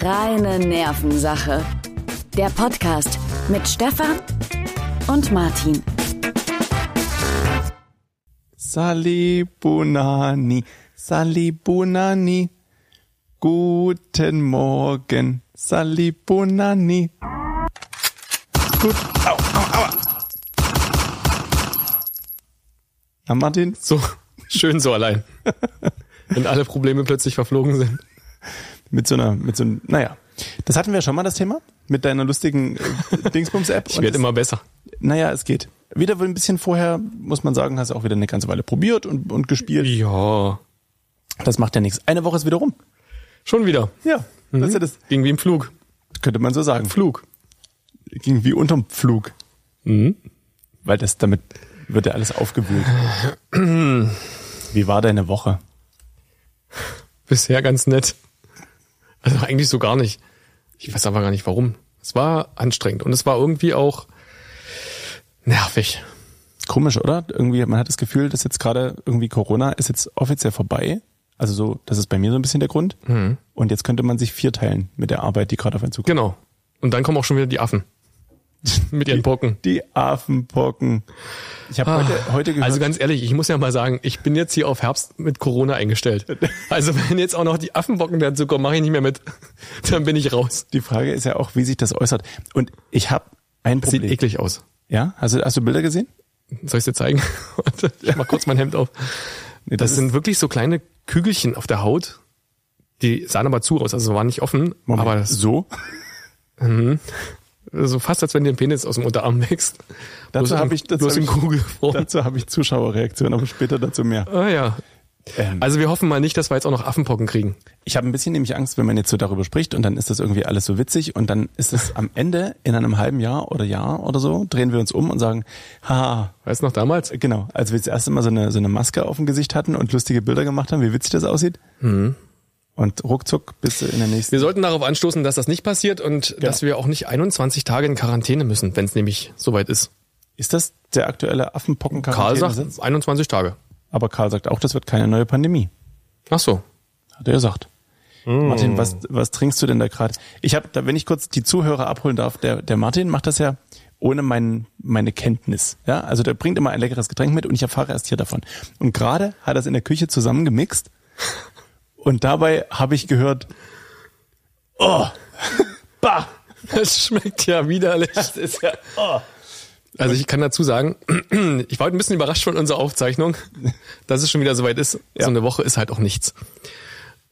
Reine Nervensache. Der Podcast mit Stefan und Martin. Salibunani, Salibunani. Guten Morgen, Salibunani. Gut, au, au, aua. Na Martin, So, schön so allein. Wenn alle Probleme plötzlich verflogen sind. mit so einer, mit so einem, naja. Das hatten wir schon mal das Thema mit deiner lustigen äh, Dingsbums-App. Ich Und werde es- immer besser. Naja, es geht. Wieder wohl ein bisschen vorher, muss man sagen, hast du auch wieder eine ganze Weile probiert und, und gespielt. Ja, Das macht ja nichts. Eine Woche ist wieder rum. schon wieder. Ja, Mhm. das ist ja das. Ging wie im Flug. Könnte man so sagen. Flug. Ging wie unterm Flug. Mhm. Weil das damit wird ja alles aufgewühlt. wie war deine Woche? Bisher ganz nett. Also eigentlich so gar nicht. Ich weiß aber gar nicht warum. Es war anstrengend und es war irgendwie auch nervig. Komisch, oder? Irgendwie, man hat das Gefühl, dass jetzt gerade irgendwie Corona ist jetzt offiziell vorbei. Also so, das ist bei mir so ein bisschen der Grund. Und jetzt könnte man sich vierteilen mit der Arbeit, die gerade auf einen zukommt. Genau. Und dann kommen auch schon wieder die Affen. Mit ihren Pocken. Die Affenpocken. Ah, Ich habe heute, heute gehört. Also ganz ehrlich, ich muss ja mal sagen, ich bin jetzt hier auf Herbst mit Corona eingestellt. Also wenn jetzt auch noch die Affenbocken dazu kommen, mache ich nicht mehr mit. Dann bin ich raus. Die Frage ist ja auch, wie sich das äußert. Und ich habe ein Sieht Problem. eklig aus. ja, hast du, hast du Bilder gesehen? Soll ich dir zeigen? Warte, ich mach kurz mein Hemd auf. Nee, Das sind wirklich so kleine Kügelchen auf der Haut. Die sahen aber zu aus, also waren nicht offen, Moment, aber das so. so fast, als wenn dir ein Penis aus dem Unterarm wächst. Dazu habe ich, dazu bloß habe in Kugel. ich, dazu habe ich Zuschauerreaktionen, aber später dazu mehr. Ah ja. Ähm, Also wir hoffen mal nicht, dass wir jetzt auch noch Affenpocken kriegen. ich habe ein bisschen nämlich Angst, wenn man jetzt so darüber spricht und dann ist das irgendwie alles so witzig und dann ist es am Ende in einem halben Jahr oder Jahr oder so drehen wir uns um und sagen, haha, Weißt du noch damals? genau, als wir das erste Mal so eine so eine Maske auf dem Gesicht hatten und lustige Bilder gemacht haben, wie witzig das aussieht. Mhm. Und ruckzuck bist du in der nächsten. Wir sollten darauf anstoßen, dass das nicht passiert und dass wir auch nicht 21 Tage in Quarantäne müssen, wenn es nämlich soweit ist. Ist das der aktuelle affenpocken Karl sagt 21 Tage. Aber Karl sagt auch, das wird keine neue Pandemie. Ach so. Hat er gesagt. Mm. Martin, was, was trinkst du denn da gerade? Ich habe, da, wenn ich kurz die Zuhörer abholen darf, der, der Martin macht das ja ohne mein, meine Kenntnis. Ja, also der bringt immer ein leckeres Getränk mit und ich erfahre erst hier davon. Und gerade hat er es in der Küche zusammengemixt und dabei habe ich gehört, oh, bah, Das schmeckt ja widerlich. das ist ja, oh. Also ich kann dazu sagen, ich war heute ein bisschen überrascht von unserer Aufzeichnung, dass es schon wieder soweit ist. Ja. So eine Woche ist halt auch nichts.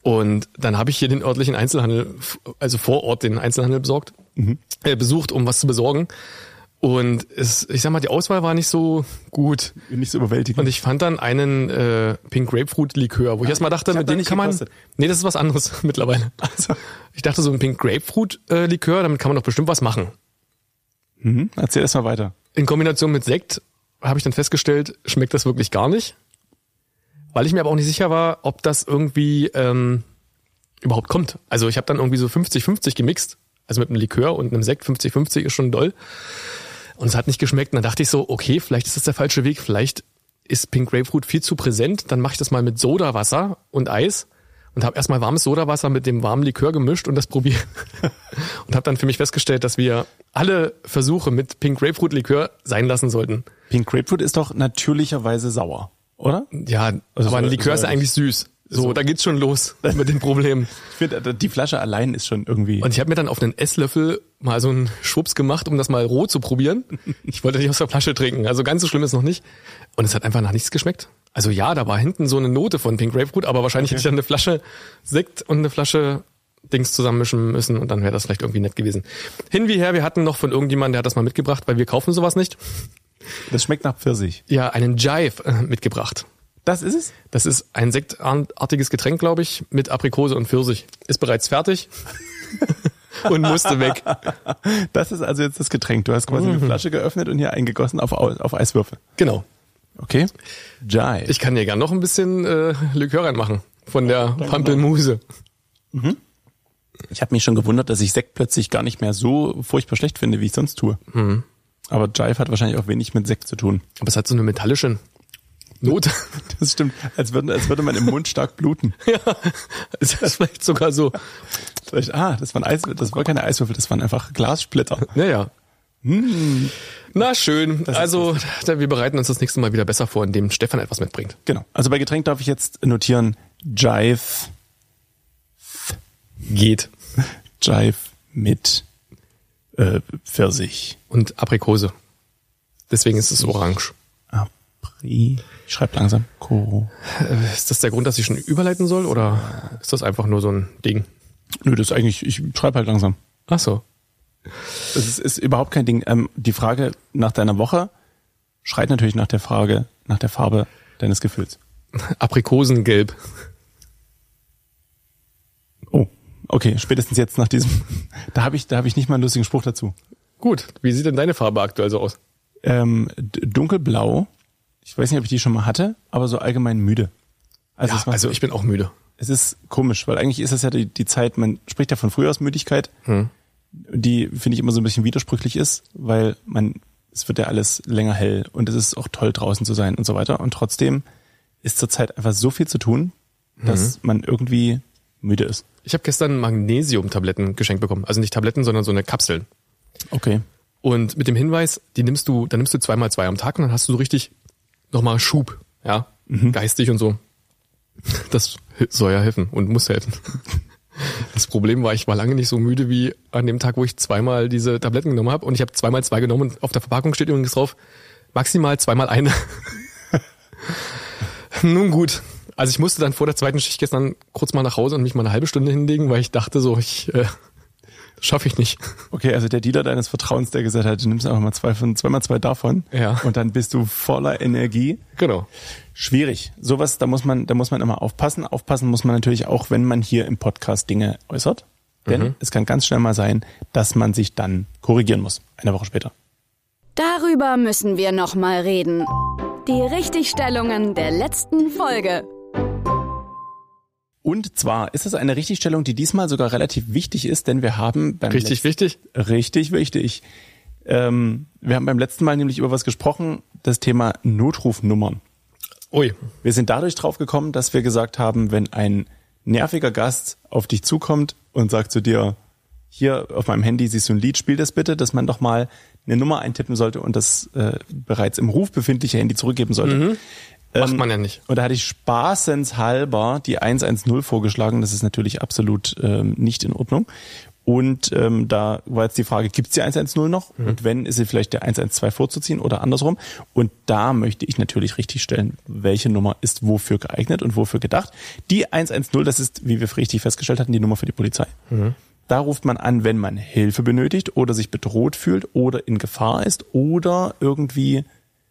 Und dann habe ich hier den örtlichen Einzelhandel, also vor Ort den Einzelhandel besorgt, Mhm. äh, besucht, um was zu besorgen. Und es, ich sag mal, die Auswahl war nicht so gut. Nicht so überwältigend. Und ich fand dann einen äh, Pink Grapefruit Likör, wo ich erstmal dachte, Ah, ich hab mit da dem nicht kann man. gekostet. Nee, das ist was anderes mittlerweile. Also. Ich dachte, so ein Pink Grapefruit äh, Likör, damit kann man doch bestimmt was machen. hm? Erzähl erst mal weiter. In Kombination mit Sekt habe ich dann festgestellt, schmeckt das wirklich gar nicht. Weil ich mir aber auch nicht sicher war, ob das irgendwie ähm, überhaupt kommt. Also ich habe dann irgendwie so 50-50 gemixt. Also mit einem Likör und einem Sekt 50-50 ist schon doll. Und es hat nicht geschmeckt. Und dann dachte ich so, okay, vielleicht ist das der falsche Weg. Vielleicht ist Pink Grapefruit viel zu präsent. Dann mache ich das mal mit Sodawasser und Eis. Und habe erstmal warmes Sodawasser mit dem warmen Likör gemischt und das probiert. und habe dann für mich festgestellt, dass wir alle Versuche mit Pink Grapefruit Likör sein lassen sollten. Pink Grapefruit ist doch natürlicherweise sauer, oder? Ja, Also aber ein so- Likör so- ist eigentlich süß. So, da geht's schon los mit dem Problem. Ich finde, die Flasche allein ist schon irgendwie. Und ich habe mir dann auf einen Esslöffel mal so einen Schwups gemacht, um das mal roh zu probieren. Ich wollte nicht aus der Flasche trinken, also ganz so schlimm ist noch nicht. Und es hat einfach nach nichts geschmeckt. Also ja, da war hinten so eine Note von Pink Grapefruit, aber wahrscheinlich hätte ich dann eine Flasche Sekt und eine Flasche Dings zusammenmischen müssen und dann wäre das vielleicht irgendwie nett gewesen. Hin wie her, wir hatten noch von irgendjemandem, der hat das mal mitgebracht, weil wir kaufen sowas nicht, das schmeckt nach Pfirsich. ja einen Jive äh, mitgebracht. Das ist es? Das ist ein sektartiges Getränk, glaube ich, mit Aprikose und Pfirsich. Ist bereits fertig und musste weg. Das ist also jetzt das Getränk. Du hast quasi eine Flasche geöffnet und hier eingegossen auf, Au- auf Eiswürfel. Genau. Okay. Jive. Ich kann dir gern noch ein bisschen äh, Likör reinmachen von der Pampelmuse. ich habe mich schon gewundert, dass ich Sekt plötzlich gar nicht mehr so furchtbar schlecht finde, wie ich sonst tue. Aber Jive hat wahrscheinlich auch wenig mit Sekt zu tun. Aber es hat so eine metallische Note. Das stimmt. Als würde, als würde man im Mund stark bluten. ja, ist das vielleicht sogar so. Ah, das waren Eis, das war keine Eiswürfel, das waren einfach Glassplitter. Ja, ja. Na schön. also da- wir bereiten uns das nächste Mal wieder besser vor, indem Stefan etwas mitbringt. Genau. Also bei Getränk darf ich jetzt notieren Jive, Geht. Jive mit äh, Pfirsich. Und Aprikose. Deswegen ist es orange. Apri. Ich schreib langsam. Koro. Ist das der Grund, dass ich schon überleiten soll oder ist das einfach nur so ein Ding? Nö, das ist eigentlich, ich schreib halt langsam. Ach so. Das ist, ist überhaupt kein Ding. Ähm, die Frage nach deiner Woche schreit natürlich nach der Frage, nach der Farbe deines Gefühls. Aprikosengelb. Oh, okay, spätestens jetzt nach diesem. Da habe ich, da habe ich nicht mal einen lustigen Spruch dazu. Gut. Wie sieht denn deine Farbe aktuell so aus? Ähm, d- dunkelblau. Ich weiß nicht, ob ich die schon mal hatte, aber so allgemein müde. Also, es, macht, also ich bin auch müde. es ist komisch, weil eigentlich ist es ja die, die Zeit, man spricht ja von Frühjahrsmüdigkeit, die finde ich immer so ein bisschen widersprüchlich ist, weil man, es wird ja alles länger hell und es ist auch toll draußen zu sein und so weiter. Und trotzdem ist zurzeit einfach so viel zu tun, dass man irgendwie müde ist. Ich habe gestern Magnesium-Tabletten geschenkt bekommen. Also nicht Tabletten, sondern so eine Kapseln. Okay. Und mit dem Hinweis, die nimmst du, dann nimmst du zweimal zwei am Tag und dann hast du so richtig nochmal Schub, ja, geistig und so. Das hi- soll ja helfen und muss helfen. Das Problem war, ich war lange nicht so müde wie an dem Tag, wo ich zweimal diese Tabletten genommen habe. Und ich habe zweimal zwei genommen und auf der Verpackung steht übrigens drauf, maximal zweimal eine. Nun gut. Also ich musste dann vor der zweiten Schicht gestern kurz mal nach Hause und mich mal eine halbe Stunde hinlegen, weil ich dachte so, ich äh, schaffe ich nicht. Okay, also der Dealer deines Vertrauens, der gesagt hat, du nimmst einfach mal zwei von, zweimal zwei davon Ja. und dann bist du voller Energie. Genau. Schwierig. Sowas, da muss man, da muss man immer aufpassen. Aufpassen muss man natürlich auch, wenn man hier im Podcast Dinge äußert. Denn Mhm. es kann ganz schnell mal sein, dass man sich dann korrigieren muss. Eine Woche später. Darüber müssen wir nochmal reden. Die Richtigstellungen der letzten Folge. Und zwar ist es eine Richtigstellung, die diesmal sogar relativ wichtig ist, denn wir haben beim Richtig letzten, wichtig. richtig wichtig. Ähm, wir haben beim letzten Mal nämlich über was gesprochen, das Thema Notrufnummern. Ui, Wir sind dadurch drauf gekommen, dass wir gesagt haben, wenn ein nerviger Gast auf dich zukommt und sagt zu dir, hier auf meinem Handy siehst du ein Lied, spiel das bitte, dass man doch mal eine Nummer eintippen sollte und das äh, bereits im Ruf befindliche Handy zurückgeben sollte. macht man ja nicht. Und da hatte ich spaßenshalber die 110 vorgeschlagen. Das ist natürlich absolut ähm, nicht in Ordnung. Und ähm, da war jetzt die Frage, gibt's die 110 noch? Und wenn, ist sie vielleicht der 112 vorzuziehen oder andersrum? Und da möchte ich natürlich richtigstellen, welche Nummer ist wofür geeignet und wofür gedacht. Die 110, das ist, wie wir richtig festgestellt hatten, die Nummer für die Polizei. Da ruft man an, wenn man Hilfe benötigt oder sich bedroht fühlt oder in Gefahr ist oder irgendwie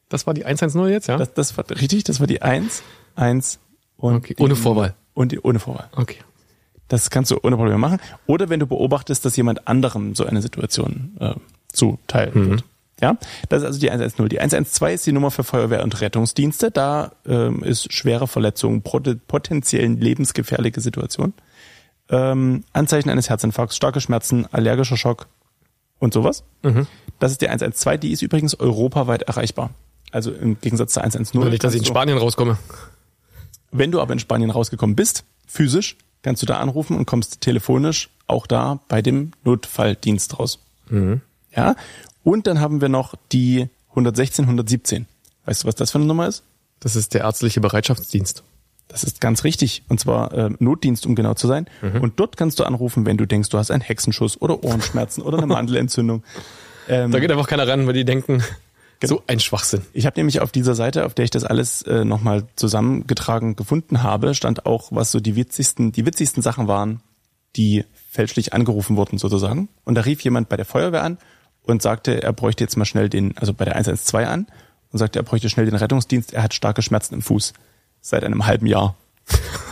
Das war die 110 jetzt, ja? das, das war richtig, das war die eins, eins und Okay, die, ohne Vorwahl. Und die, ohne Vorwahl. okay. Das kannst du ohne Probleme machen. Oder wenn du beobachtest, dass jemand anderem so eine Situation äh, zuteil Mhm. wird. Ja, das ist also die 110. Die 112 ist die Nummer für Feuerwehr und Rettungsdienste. Da ähm, ist schwere Verletzungen, pot- potenziellen lebensgefährliche Situation. Ähm, Anzeichen eines Herzinfarkts, starke Schmerzen, allergischer Schock und sowas. Mhm. Das ist die 112. Die ist übrigens europaweit erreichbar. Also im Gegensatz zur 110. Nur nicht, dass ich in kannst du- Spanien rauskomme. wenn du aber in Spanien rausgekommen bist, physisch, kannst du da anrufen und kommst telefonisch auch da bei dem Notfalldienst raus. Ja. Und dann haben wir noch die 116, 117. Weißt du, was das für eine Nummer ist? Das ist der ärztliche Bereitschaftsdienst. Das ist ganz richtig. Und zwar äh, Notdienst, um genau zu sein. Und dort kannst du anrufen, wenn du denkst, du hast einen Hexenschuss oder Ohrenschmerzen oder eine Mandelentzündung. Da geht einfach keiner ran, weil die denken, so ein Schwachsinn. Ich habe nämlich auf dieser Seite, auf der ich das alles äh, nochmal zusammengetragen gefunden habe, stand auch, was so die witzigsten, die witzigsten Sachen waren, die fälschlich angerufen wurden sozusagen. Und da rief jemand bei der Feuerwehr an und sagte, er bräuchte jetzt mal schnell den, also bei der 112 an und sagte, er bräuchte schnell den Rettungsdienst, er hat starke Schmerzen im Fuß. Seit einem halben Jahr.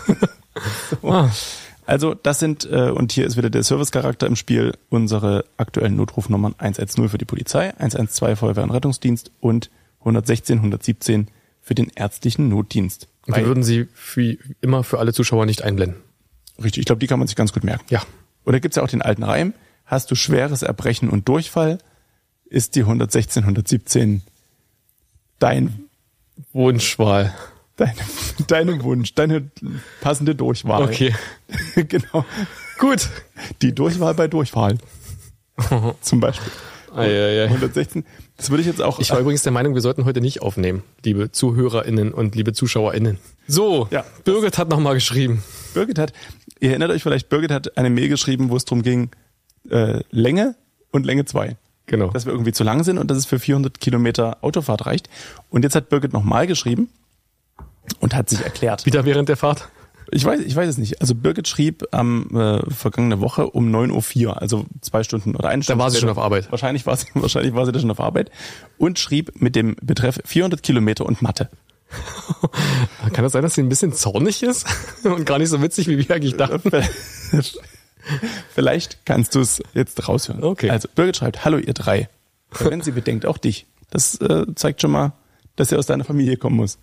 Ah, Also das sind, äh, und hier ist wieder der Servicecharakter im Spiel, unsere aktuellen Notrufnummern 110 für die Polizei, 112 Feuerwehr und Rettungsdienst und 116, 117 für den ärztlichen Notdienst. und wir würden sie wie immer für alle Zuschauer nicht einblenden. Richtig, ich glaube, die kann man sich ganz gut merken. Ja. Oder gibt's ja auch den alten Reim, hast du schweres Erbrechen und Durchfall, ist die 116, 117 dein, Wunschwahl. dein, deinem Wunsch, deine passende Durchwahl. Okay. genau. Gut. Die Durchwahl bei Durchfall. Zum Beispiel. Eieiei. 116. Das würde ich jetzt auch. Ich war übrigens der Meinung, wir sollten heute nicht aufnehmen, liebe ZuhörerInnen und liebe ZuschauerInnen. So, Ja. Birgit hat nochmal geschrieben. äh, Birgit hat, ihr erinnert euch vielleicht, Birgit hat eine Mail geschrieben, wo es darum ging, äh, Länge und Länge 2. Genau. Dass wir irgendwie zu lang sind und dass es für 400 Kilometer Autofahrt reicht. Und jetzt hat Birgit nochmal geschrieben und hat sich erklärt. Wieder während der Fahrt. Ich weiß, ich weiß es nicht. Also Birgit schrieb am äh, vergangene Woche um 9.04 Uhr, also zwei Stunden oder eine Stunde. war sie später. schon auf Arbeit. Wahrscheinlich war sie, wahrscheinlich war sie da schon auf Arbeit und schrieb mit dem Betreff 400 Kilometer und Mathe. Kann das sein, dass sie ein bisschen zornig ist? Und gar nicht so witzig, wie wir eigentlich dachten. Vielleicht kannst du es jetzt raushören. Okay. Also Birgit schreibt, hallo ihr drei. Wenn sie bedenkt, auch dich. Das äh, zeigt schon mal, dass sie aus deiner Familie kommen muss.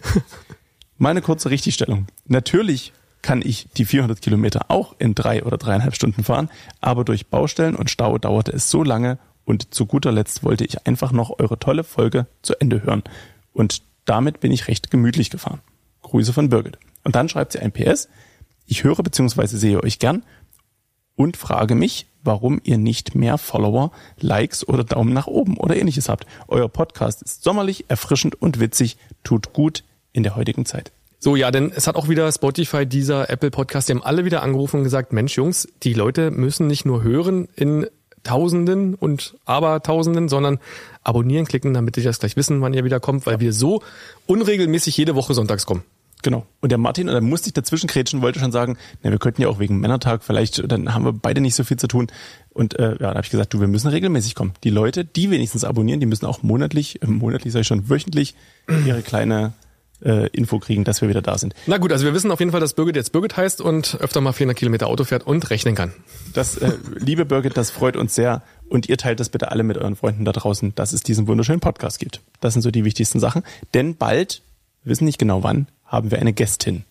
Meine kurze Richtigstellung. Natürlich kann ich die 400 Kilometer auch in drei oder dreieinhalb Stunden fahren, aber durch Baustellen und Stau dauerte es so lange und zu guter Letzt wollte ich einfach noch eure tolle Folge zu Ende hören. Und damit bin ich recht gemütlich gefahren. Grüße von Birgit. Und dann schreibt sie ein PS. Ich höre bzw. sehe euch gern und frage mich, warum ihr nicht mehr Follower, Likes oder Daumen nach oben oder ähnliches habt. Euer Podcast ist sommerlich, erfrischend und witzig, tut gut in der heutigen Zeit. So, ja, denn es hat auch wieder Spotify, dieser Apple Podcast, die haben alle wieder angerufen und gesagt, Mensch, Jungs, die Leute müssen nicht nur hören in Tausenden und Abertausenden, sondern abonnieren klicken, damit die das gleich wissen, wann ihr wieder kommt, weil wir so unregelmäßig jede Woche sonntags kommen. Genau. Und der Martin, und da musste ich dazwischen krätschen, wollte schon sagen, na, wir könnten ja auch wegen Männertag vielleicht, dann haben wir beide nicht so viel zu tun. Und äh, ja, da habe ich gesagt, du, wir müssen regelmäßig kommen. Die Leute, die wenigstens abonnieren, die müssen auch monatlich, äh, monatlich sage ich schon, wöchentlich ihre kleine äh, Info kriegen, dass wir wieder da sind. Na gut, also wir wissen auf jeden Fall, dass Birgit jetzt Birgit heißt und öfter mal 400 Kilometer Auto fährt und rechnen kann. Das, äh, liebe Birgit, das freut uns sehr. Und ihr teilt das bitte alle mit euren Freunden da draußen, dass es diesen wunderschönen Podcast gibt. Das sind so die wichtigsten Sachen. Denn bald, wir wissen nicht genau wann, haben wir eine Gästin.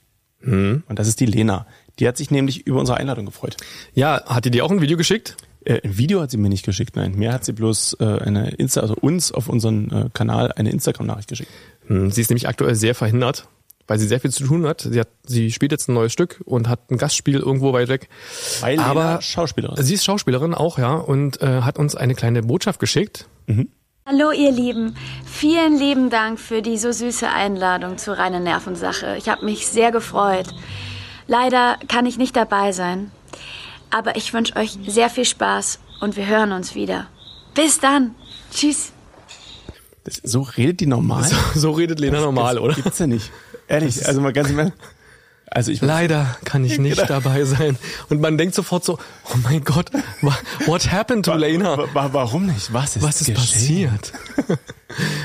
Hm. Und das ist die Lena. Die hat sich nämlich über unsere Einladung gefreut. Ja, hat die dir auch ein Video geschickt? Äh, ein Video hat sie mir nicht geschickt, nein. Mir hat sie bloß äh, eine Insta, also uns auf unseren äh, Kanal eine Instagram-Nachricht geschickt. Hm, Sie ist nämlich aktuell sehr verhindert, weil sie sehr viel zu tun hat. Sie, hat, sie spielt jetzt ein neues Stück und hat ein Gastspiel irgendwo weit weg. Weil Lena Aber- also Schauspielerin ist. Sie ist Schauspielerin auch, ja, und äh, hat uns eine kleine Botschaft geschickt. Hallo ihr Lieben, vielen lieben Dank für die so süße Einladung zur reinen Nervensache. Ich habe mich sehr gefreut. Leider kann ich nicht dabei sein, aber ich wünsche euch sehr viel Spaß und wir hören uns wieder. Bis dann. Tschüss. Das, so redet die normal. So redet Lena normal, das oder? Gibt's ja nicht. Ehrlich, also mal ganz im Ernst. Also ich Leider kann ich nicht dabei sein. Und man denkt sofort so, oh mein Gott, wa- what happened to Lena? Wa- wa- Warum nicht? Was ist, Was ist geschehen? passiert?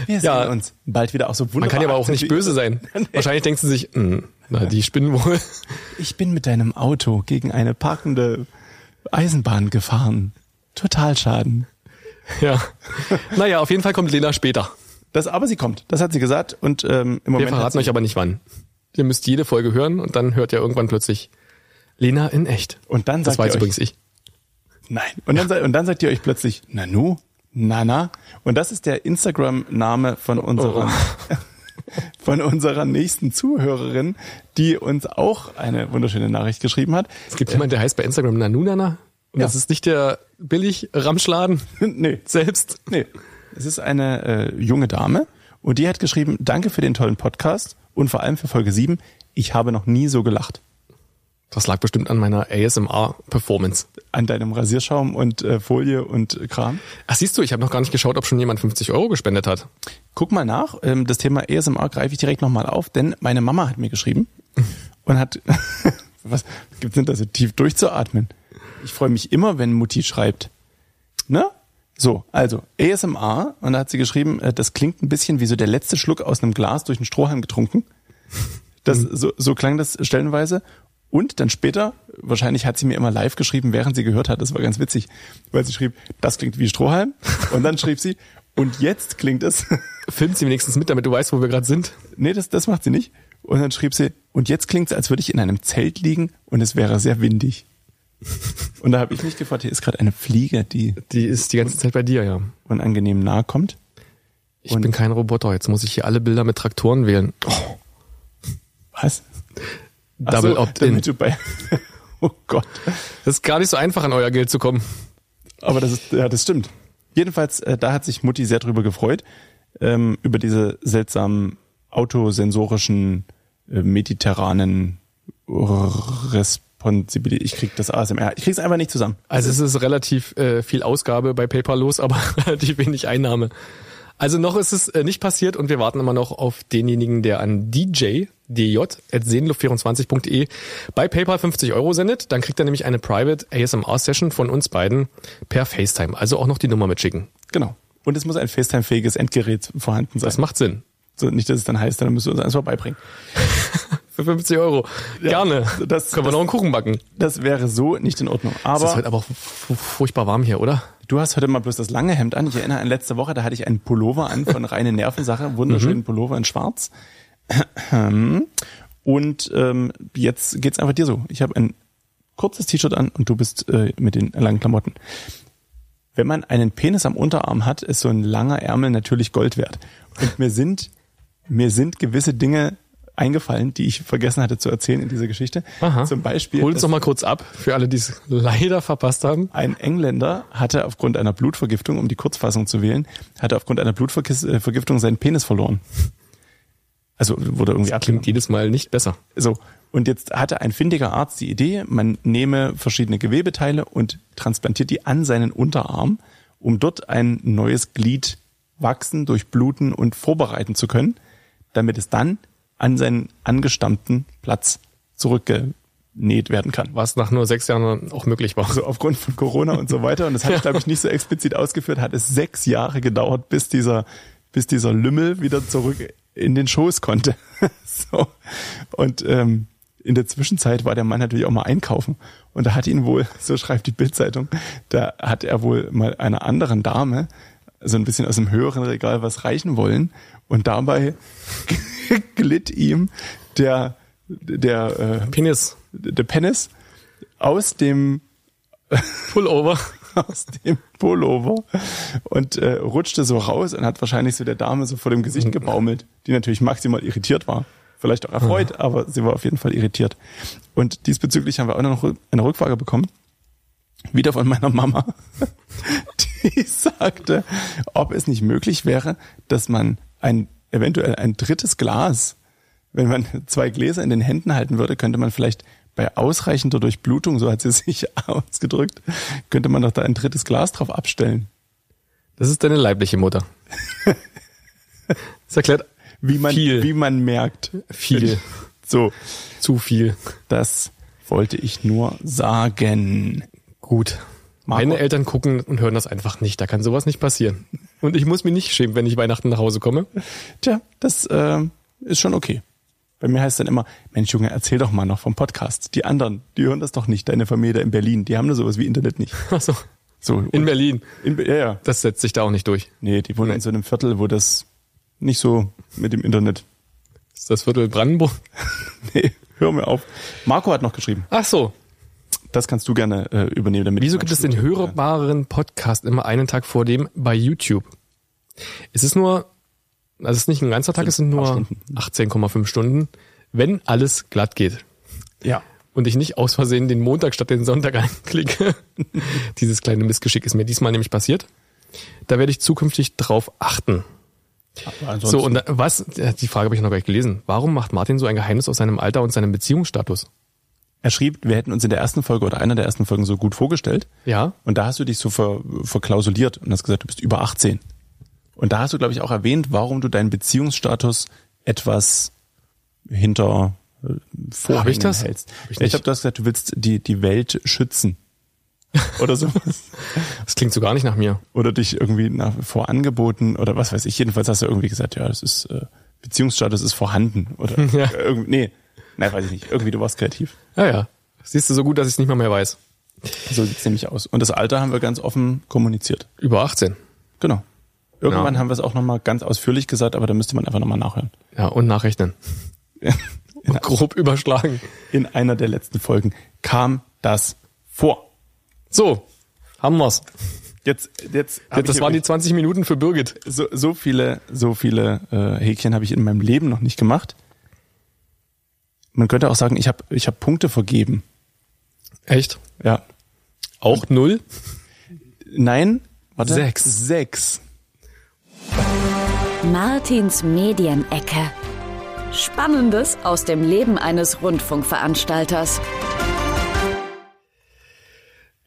Wir Ja. sehen uns bald wieder auch so wunderbar. Man kann ja aber auch nicht böse sein. Wahrscheinlich denkt sie sich, "Hm, na, die spinnen wohl. Ich bin mit deinem Auto gegen eine parkende Eisenbahn gefahren. Totalschaden. Ja. Naja, auf jeden Fall kommt Lena später. Das, aber sie kommt. Das hat sie gesagt. Und ähm, im Wir Moment hat verraten sie, euch aber nicht wann. Ihr müsst jede Folge hören und dann hört ihr irgendwann plötzlich Lena in echt. Und dann das sagt war ihr euch- jetzt übrigens ich. Nein. Und dann, se- und dann sagt ihr euch plötzlich Nanu, Nana. Und das ist der Instagram-Name von unserer, Oh. von unserer nächsten Zuhörerin, die uns auch eine wunderschöne Nachricht geschrieben hat. Es gibt jemanden, der heißt bei Instagram Nanunana. Und Ja. das ist nicht der billig Ramschladen nee, selbst. Nee, es ist eine äh, junge Dame und die hat geschrieben, danke für den tollen Podcast und vor allem für Folge 7. Ich habe noch nie so gelacht Das lag bestimmt an meiner ASMR-Performance. an deinem Rasierschaum und äh, Folie und äh, Kram. Ach, siehst du, ich habe noch gar nicht geschaut, ob schon jemand 50 Euro gespendet hat. Guck mal nach, ähm, das Thema ASMR greife ich direkt nochmal auf, denn meine Mama hat mir geschrieben und hat, was gibt's denn da so tief durchzuatmen? Ich freue mich immer, wenn Mutti schreibt. Ne? So, also ASMR und da hat sie geschrieben, äh, das klingt ein bisschen wie so der letzte Schluck aus einem Glas durch einen Strohhalm getrunken. Das, so, so klang das stellenweise. Und dann später, wahrscheinlich hat sie mir immer live geschrieben, während sie gehört hat, das war ganz witzig, weil sie schrieb, das klingt wie Strohhalm. Und dann schrieb sie, und jetzt klingt es, Film sie wenigstens mit, damit du weißt, wo wir gerade sind. nee, das, das macht sie nicht. Und dann schrieb sie, und jetzt klingt's, als würde ich in einem Zelt liegen und es wäre sehr windig. Und da habe ich mich gefragt, hier ist gerade eine Fliege, die Die ist die ganze Zeit bei dir, ja. unangenehm nahe kommt. Ich bin kein Roboter. Jetzt muss ich hier alle Bilder mit Traktoren wählen. Oh, Was? Ach Double so, Opt-in. Damit du bei, Oh Gott. Das ist gar nicht so einfach, an euer Geld zu kommen. Aber das ist, ja, das stimmt. Jedenfalls, äh, da hat sich Mutti sehr drüber gefreut, ähm, über diese seltsamen autosensorischen, äh, mediterranen Responsibilität. Ich krieg das ASMR. Ich krieg's einfach nicht zusammen. Also es ist relativ äh, viel Ausgabe bei PayPal los, aber relativ wenig Einnahme. Also noch ist es äh, nicht passiert und wir warten immer noch auf denjenigen, der an DJ, DJ, at sehnluft24.de E bei PayPal 50 Euro sendet. Dann kriegt er nämlich eine Private ASMR-Session von uns beiden per FaceTime. Also auch noch die Nummer mitschicken. Genau. Und es muss ein FaceTime-fähiges Endgerät vorhanden sein. Das macht Sinn. So, nicht, dass es dann heißt, dann müssen wir uns eins vorbeibringen. Für 50 Euro. Gerne. das- Können wir das- noch einen Kuchen backen. Das wäre so nicht in Ordnung. Aber es ist heute aber auch fu- furchtbar warm hier, oder? Du hast heute mal bloß das lange Hemd an. Ich erinnere an letzte Woche, da hatte ich einen Pullover an von reine Nervensache, wunderschönen Pullover in Schwarz. Und ähm, jetzt geht's einfach dir so. Ich habe ein kurzes T-Shirt an und du bist äh, mit den langen Klamotten. Wenn man einen Penis am Unterarm hat, ist so ein langer Ärmel natürlich Gold wert. Und mir sind mir sind gewisse Dinge eingefallen, die ich vergessen hatte zu erzählen in dieser Geschichte. Zum Beispiel Hol uns dass- noch mal kurz ab, für alle, die es leider verpasst haben. ein Engländer hatte aufgrund einer Blutvergiftung, um die Kurzfassung zu wählen, hatte aufgrund einer Blutvergiftung seinen Penis verloren. Also wurde irgendwie abgenommen. Klingt jedes Mal nicht besser. So. Und jetzt hatte ein findiger Arzt die Idee, man nehme verschiedene Gewebeteile und transplantiert die an seinen Unterarm, um dort ein neues Glied wachsen, durchbluten und vorbereiten zu können, damit es dann an seinen angestammten Platz zurückgenäht werden kann. Was nach nur sechs Jahren auch möglich war. Also aufgrund von Corona und so weiter, und das habe ich, glaube ich, nicht so explizit ausgeführt, hat es sechs Jahre gedauert, bis dieser, bis dieser Lümmel wieder zurück in den Schoß konnte. so. Und ähm, in der Zwischenzeit war der Mann natürlich auch mal einkaufen. Und da hat ihn wohl, so schreibt die Bildzeitung, da hat er wohl mal einer anderen Dame so ein bisschen aus dem höheren Regal was reichen wollen. Und dabei glitt ihm der, der, äh, Penis, der Penis aus dem Pullover. aus dem Pullover und äh, rutschte so raus und hat wahrscheinlich so der Dame so vor dem Gesicht gebaumelt, die natürlich maximal irritiert war. Vielleicht auch erfreut, aber sie war auf jeden Fall irritiert. Und diesbezüglich haben wir auch noch eine Rückfrage bekommen. Wieder von meiner Mama. Die sagte, ob es nicht möglich wäre, dass man ein, eventuell ein drittes Glas, wenn man zwei Gläser in den Händen halten würde, könnte man vielleicht bei ausreichender Durchblutung, so hat sie sich ausgedrückt, könnte man doch da ein drittes Glas drauf abstellen. Das ist deine leibliche Mutter. Das erklärt Wie man, Viel. wie man merkt. Viel. So, zu viel. das wollte ich nur sagen. Gut. Marco. Meine Eltern gucken und hören das einfach nicht. Da kann sowas nicht passieren. Und ich muss mich nicht schämen, wenn ich Weihnachten nach Hause komme. Tja, das äh, ist schon okay. Bei mir heißt es dann immer, Mensch Junge, erzähl doch mal noch vom Podcast. Die anderen, die hören das doch nicht, deine Familie da in Berlin, die haben da sowas wie Internet nicht. Also So, in und- Berlin. in Be- ja, ja. Das setzt sich da auch nicht durch. Nee, die wohnen in so einem Viertel, wo das nicht so mit dem Internet. Ist das Viertel Brandenburg? Nee, hör mir auf. Marco hat noch geschrieben. Ach so. Das kannst du gerne äh, übernehmen, damit Wieso ich gibt mein es den Studium- hörbaren Podcast immer einen Tag vor dem bei YouTube? Es ist nur, also es ist nicht ein ganzer Tag, es sind Ein paar nur 18,5 Stunden, wenn alles glatt geht Ja. und ich nicht aus Versehen den Montag statt den Sonntag anklicke. Dieses kleine Missgeschick ist mir diesmal nämlich passiert. Da werde ich zukünftig drauf achten. So, und da, was, äh, die Frage habe ich noch gar nicht gelesen. Warum macht Martin so ein Geheimnis aus seinem Alter und seinem Beziehungsstatus? er schrieb, wir hätten uns in der ersten Folge oder einer der ersten Folgen so gut vorgestellt. Ja. Und da hast du dich so ver, verklausuliert und hast gesagt, du bist über 18. Und da hast du, glaube ich, auch erwähnt, warum du deinen Beziehungsstatus etwas hinter äh, Vorhängen ich das? hältst. Hab ich Ich, nicht. habe das gesagt, du willst die, die Welt schützen. Oder sowas. Das klingt so gar nicht nach mir. oder dich irgendwie nach vor angeboten oder was weiß ich. Jedenfalls hast du irgendwie gesagt, ja, das ist äh, Beziehungsstatus ist vorhanden oder Ja. irgendwie, nee, nein, weiß ich nicht. Irgendwie du warst kreativ. Ja, ja. Siehst du so gut, dass ich es nicht mal mehr weiß. So sieht's nämlich aus. Und das Alter haben wir ganz offen kommuniziert. Über 18. Genau. Irgendwann Ja. haben wir es auch nochmal ganz ausführlich gesagt, aber da müsste man einfach nochmal nachhören. Ja, und nachrechnen. Und grob überschlagen. In einer der letzten Folgen kam das vor. So, haben wir's. Jetzt, jetzt, hab Das ich waren die wirklich- 20 Minuten für Birgit. so, so viele, so viele äh, Häkchen habe ich in meinem Leben noch nicht gemacht. Man könnte auch sagen, ich habe ich hab Punkte vergeben. Echt? Ja. Auch null? Nein, warte. Sechs. Sechs. Martins Medienecke. Spannendes aus dem Leben eines Rundfunkveranstalters.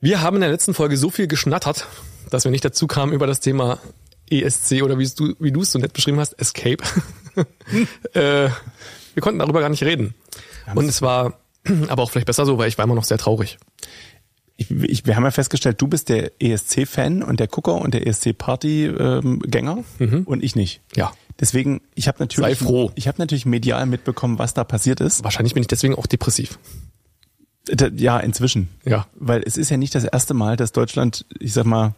Wir haben in der letzten Folge so viel geschnattert, dass wir nicht dazu kamen, über das Thema ESC oder wie es du, wie du es so nett beschrieben hast, Escape. äh, wir konnten darüber gar nicht reden. Und es war aber auch vielleicht besser so, weil ich war immer noch sehr traurig. Ich, ich, wir haben ja festgestellt, du bist der ESC-Fan und der Gucker und der ESC-Party-Gänger und ich nicht. Mhm. Ja. Deswegen, ich habe natürlich, Sei froh. ich habe natürlich medial mitbekommen, was da passiert ist. Wahrscheinlich bin ich deswegen auch depressiv. D- Ja, inzwischen. Ja. Weil es ist ja nicht das erste Mal, dass Deutschland, ich sag mal,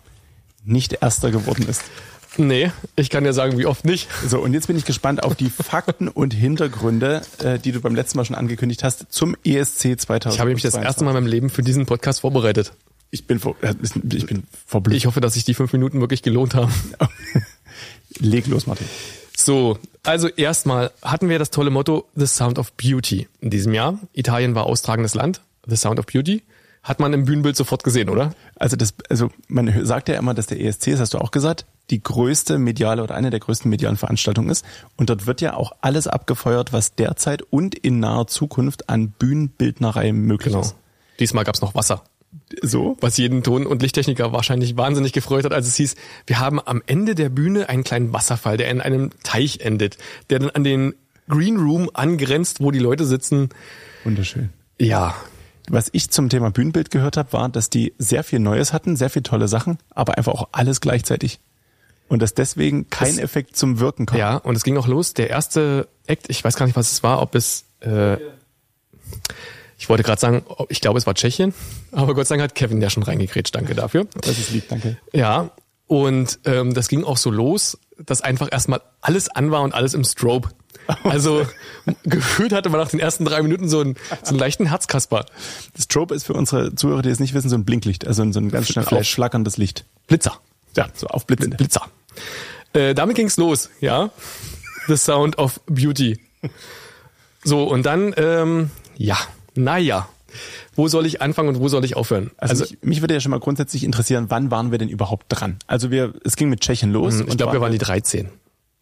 nicht erster geworden ist. Nee, ich kann ja sagen, wie oft nicht. So, und jetzt bin ich gespannt auf die Fakten und Hintergründe, äh, die du beim letzten Mal schon angekündigt hast, zum E ESC 2000. Ich habe mich das erste Mal in meinem Leben für diesen Podcast vorbereitet. Ich bin, vor, äh, ich bin Ich verblüfft. hoffe, dass sich die fünf Minuten wirklich gelohnt haben. Leg los, Martin. So, also erstmal hatten wir das tolle Motto The Sound of Beauty in diesem Jahr. Italien war austragendes Land. The Sound of Beauty hat man im Bühnenbild sofort gesehen, oder? Also das, also man hö- sagt ja immer, dass der ESC, das hast du auch gesagt, die größte mediale oder eine der größten medialen Veranstaltungen ist. Und dort wird ja auch alles abgefeuert, was derzeit und in naher Zukunft an Bühnenbildnerei möglich ist. Genau. Diesmal gab's noch Wasser, So. was jeden Ton- und Lichttechniker wahrscheinlich wahnsinnig gefreut hat, als es hieß, wir haben am Ende der Bühne einen kleinen Wasserfall, der in einem Teich endet, der dann an den Green Room angrenzt, wo die Leute sitzen. Wunderschön. Ja, Was ich zum Thema Bühnenbild gehört habe, war, dass die sehr viel Neues hatten, sehr viel tolle Sachen, aber einfach auch alles gleichzeitig. Und dass deswegen kein Das- Effekt zum Wirken kam. Ja, und es ging auch los. Der erste Act, ich weiß gar nicht, was es war, ob es. Äh, ich wollte gerade sagen, ob- ich glaube, es war Tschechien, aber Gott sei Dank hat Kevin der schon reingekrätscht. Danke dafür. Das ist lieb, danke. Ja, und ähm, das ging auch so los, dass einfach erstmal alles an war und alles im Strobe. Also gefühlt hatte man nach den ersten drei Minuten so einen, so einen leichten Herzkasper. Das Strobe ist für unsere Zuhörer, die es nicht wissen, so ein Blinklicht, also so ein ganz schnell Flash. aufschlackerndes Licht. Blitzer. Ja, so aufblitzend. Blitzer. Äh, damit ging's los, ja. The Sound of Beauty. So, und dann, ähm, ja, naja. Wo soll ich anfangen und wo soll ich aufhören? Also, Also, mich, mich würde ja schon mal grundsätzlich interessieren, wann waren wir denn überhaupt dran? Also wir, es ging mit Tschechien los. ich, glaube, wir waren die 13.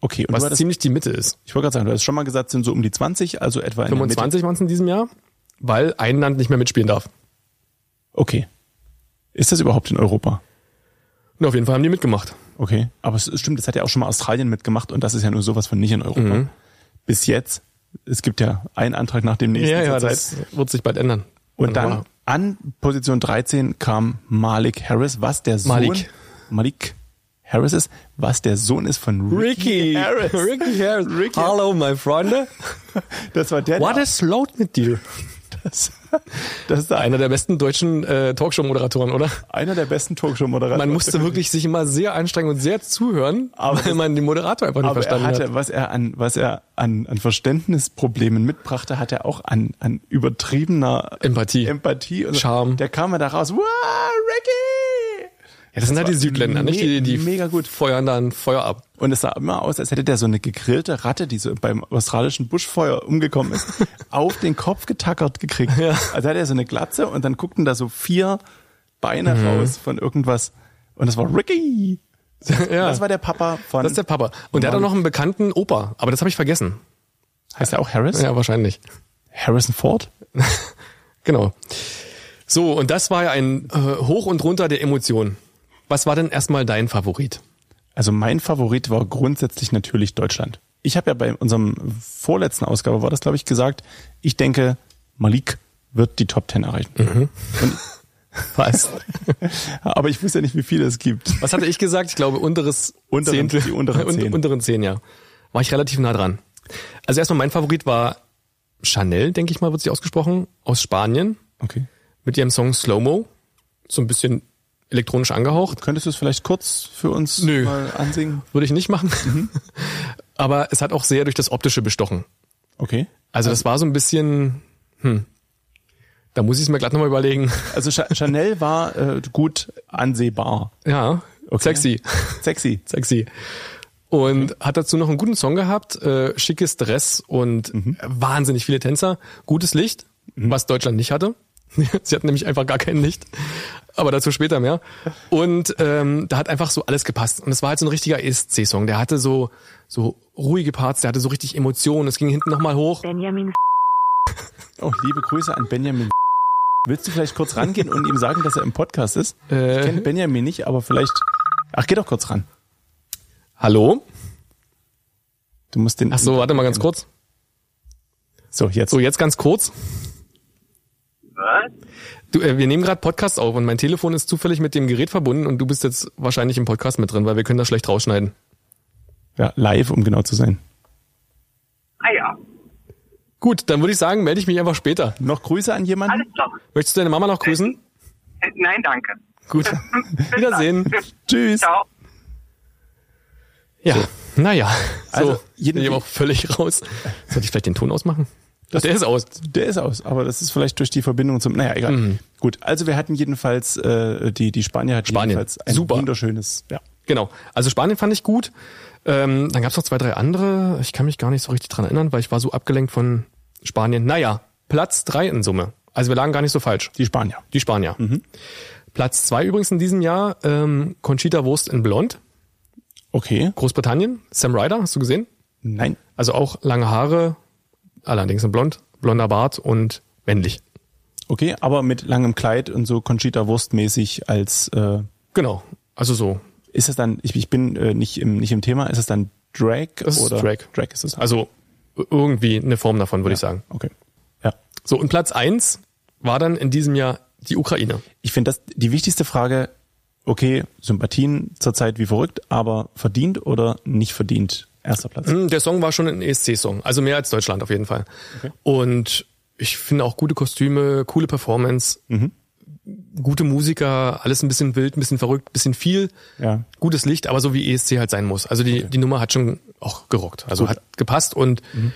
okay. Und du Was hattest, ich ziemlich die Mitte ist. wollte gerade sagen, du hast schon mal gesagt, es sind so um die 20, also etwa in der Mitte. 25 waren es in diesem Jahr, weil ein Land nicht mehr mitspielen darf. Okay. Ist das überhaupt in Europa? Und auf jeden Fall haben die mitgemacht. Okay. Aber es es stimmt, es hat ja auch schon mal Australien mitgemacht und das ist ja nur sowas von nicht in Europa. Mhm. Bis jetzt. Es gibt ja einen Antrag nach dem nächsten. zur Zeit. das wird sich bald ändern. und dann an Position 13 kam Malik Harris, was der Sohn Malik. Malik Harris ist, was der Sohn ist von Ricky, Ricky Harris. Ricky Harris. Ricky- Genau. Hallo, my Freunde. Das war der, What der is load mit dir? das, das ist einer, Einer der besten deutschen äh, Talkshow-Moderatoren, oder? einer der besten Talkshow-Moderatoren. Man musste wirklich sich immer sehr anstrengen und sehr zuhören, Also, Aber weil das- man den Moderator einfach nicht aber er verstanden hatte, hat. was er an, was er an, an Verständnisproblemen mitbrachte, hat er auch an, an übertriebener Empathie. Empathie und Charme. Der kam ja da raus. Wow, Ricky! Ja, das sind halt die war Südländer, nicht? Die, die me- mega gut. feuern dann Feuer ab. Und es sah immer aus, als hätte der so eine gegrillte Ratte, die so beim australischen Buschfeuer umgekommen ist, auf den Kopf getackert gekriegt. Ja. Also hat er so eine Glatze und dann guckten da so vier Beine Mhm. raus von irgendwas. Und das war Ricky. ja, Das war der Papa von. das ist der Papa. Und der hat auch noch einen bekannten Opa, aber das habe ich vergessen. Heißt er auch Harris? Ja, wahrscheinlich. Harrison Ford? Genau. So, und das war ja ein äh, Hoch und runter der Emotionen. Was war denn erstmal dein Favorit? Also mein Favorit war grundsätzlich natürlich Deutschland. Ich habe ja bei unserem vorletzten Ausgabe, war das glaube ich, gesagt, ich denke, Malik wird die Top Ten erreichen. Mhm. Was? Aber ich wusste ja nicht, wie viele es gibt. Was hatte ich gesagt? Ich glaube, unteres Unteren- Zehntel. die unteren Un- Zehn. unteren Zehn, ja. War ich relativ nah dran. Also erstmal mein Favorit war Chanel, denke ich mal, wird sie ausgesprochen, aus Spanien, Okay. mit ihrem Song Slow Mo. So ein bisschen elektronisch angehaucht. Könntest du es vielleicht kurz für uns Nö. mal ansingen? Würde ich nicht machen. Mhm. Aber es hat auch sehr durch das Optische bestochen. Okay. Also das war so ein bisschen, hm. Da muss ich es mir glatt nochmal überlegen. Also Cha Chanel war äh, gut ansehbar. Ja, sexy. Sexy. sexy. Und hat dazu noch einen guten Song gehabt, äh, schickes Dress und wahnsinnig viele Tänzer, gutes Licht, was Deutschland nicht hatte. Sie hatten nämlich einfach gar kein Licht. Aber dazu später mehr. Und ähm, da hat einfach so alles gepasst. Und es war halt so ein richtiger ESC-Song. Der hatte so, so ruhige Parts, der hatte so richtig Emotionen. Es ging hinten nochmal hoch. Benjamin Oh, liebe Grüße an Benjamin. Willst du vielleicht kurz rangehen und ihm sagen, dass er im Podcast ist? Ich kenne Äh, Benjamin nicht, aber vielleicht. Ach, geh doch kurz ran. hallo? Du musst den. Ach so, warte mal Oh, ganz kurz. So, jetzt. So, jetzt ganz kurz. Was? Du, äh, wir nehmen gerade Podcast auf und mein Telefon ist zufällig mit dem Gerät verbunden und du bist jetzt wahrscheinlich im Podcast mit drin, weil wir können das schlecht rausschneiden. Ja, live, um genau zu sein. Ah ja, Gut, dann würde ich sagen, melde ich mich einfach später. Noch Grüße an jemanden? alles klar. Möchtest du deine Mama noch grüßen? Äh, Nein, danke. Gut. Bis dann. Wiedersehen. Tschüss. Ciao. Ja, naja. So, Also, also, jeden- jeden bin ich aber auch völlig raus. Sollte ich vielleicht den Ton ausmachen? Das- Der ist aus. Der ist aus, aber das ist vielleicht durch die Verbindung zum. Naja, egal. Gut, also wir hatten jedenfalls, äh, die, die Spanier hatten Spanien. jedenfalls ein Super. wunderschönes. Ja. Genau. Also Spanien fand ich gut. Ähm, dann gab's noch zwei, drei andere. Ich kann mich gar nicht so richtig dran erinnern, weil ich war so abgelenkt von Spanien. Naja, Platz drei in Summe. Also wir lagen gar nicht so falsch. Die Spanier. Die Spanier. Platz zwei übrigens in diesem Jahr, ähm, Conchita Wurst in Blond, Okay. Großbritannien. Sam Ryder, hast du gesehen? Nein. Also auch lange Haare, allerdings in Blond, blonder Bart und männlich. Okay, aber mit langem Kleid und so Conchita Wurst mäßig als äh, Genau. Also so. ist das dann, ich, ich bin äh, nicht, im, nicht im Thema, ist das dann Drag Das ist oder Drag. Drag ist es. Also irgendwie eine Form davon, würde ich sagen. Okay. Ja. So, und Platz eins war dann in diesem Jahr die Ukraine. Ich finde das die wichtigste Frage, okay, Sympathien zurzeit wie verrückt, aber verdient oder nicht verdient? Erster Platz. Hm, Der Song war schon ein ESC-Song, also mehr als Deutschland auf jeden Fall. Und ich finde auch gute Kostüme, coole Performance, Mhm. gute Musiker, alles ein bisschen wild, ein bisschen verrückt, ein bisschen viel, Ja. gutes Licht, aber so wie ESC halt sein muss. Also die, die Nummer hat schon auch gerockt, also hat gepasst und Mhm.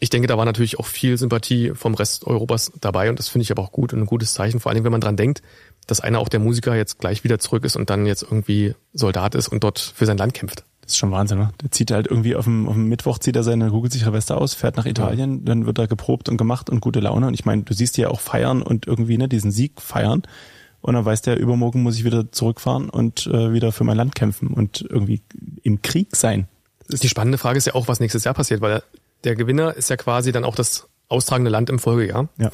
ich denke, da war natürlich auch viel Sympathie vom Rest Europas dabei und das finde ich aber auch gut und ein gutes Zeichen, vor allen Dingen, wenn man dran denkt, dass einer auch der Musiker jetzt gleich wieder zurück ist und dann jetzt irgendwie Soldat ist und dort für sein Land kämpft. Das ist schon Wahnsinn, ne? Der zieht halt irgendwie auf dem, auf dem Mittwoch zieht er seine kugelsichere Weste aus, fährt nach Italien, dann wird da geprobt und gemacht und gute Laune. Und ich meine, du siehst die ja auch feiern und irgendwie ne, diesen Sieg feiern. Und dann weiß der, übermorgen muss ich wieder zurückfahren und äh, wieder für mein Land kämpfen und irgendwie im Krieg sein. Die spannende Frage ist ja auch, was nächstes Jahr passiert, weil der Gewinner ist ja quasi dann auch das austragende Land im Folgejahr. Ja.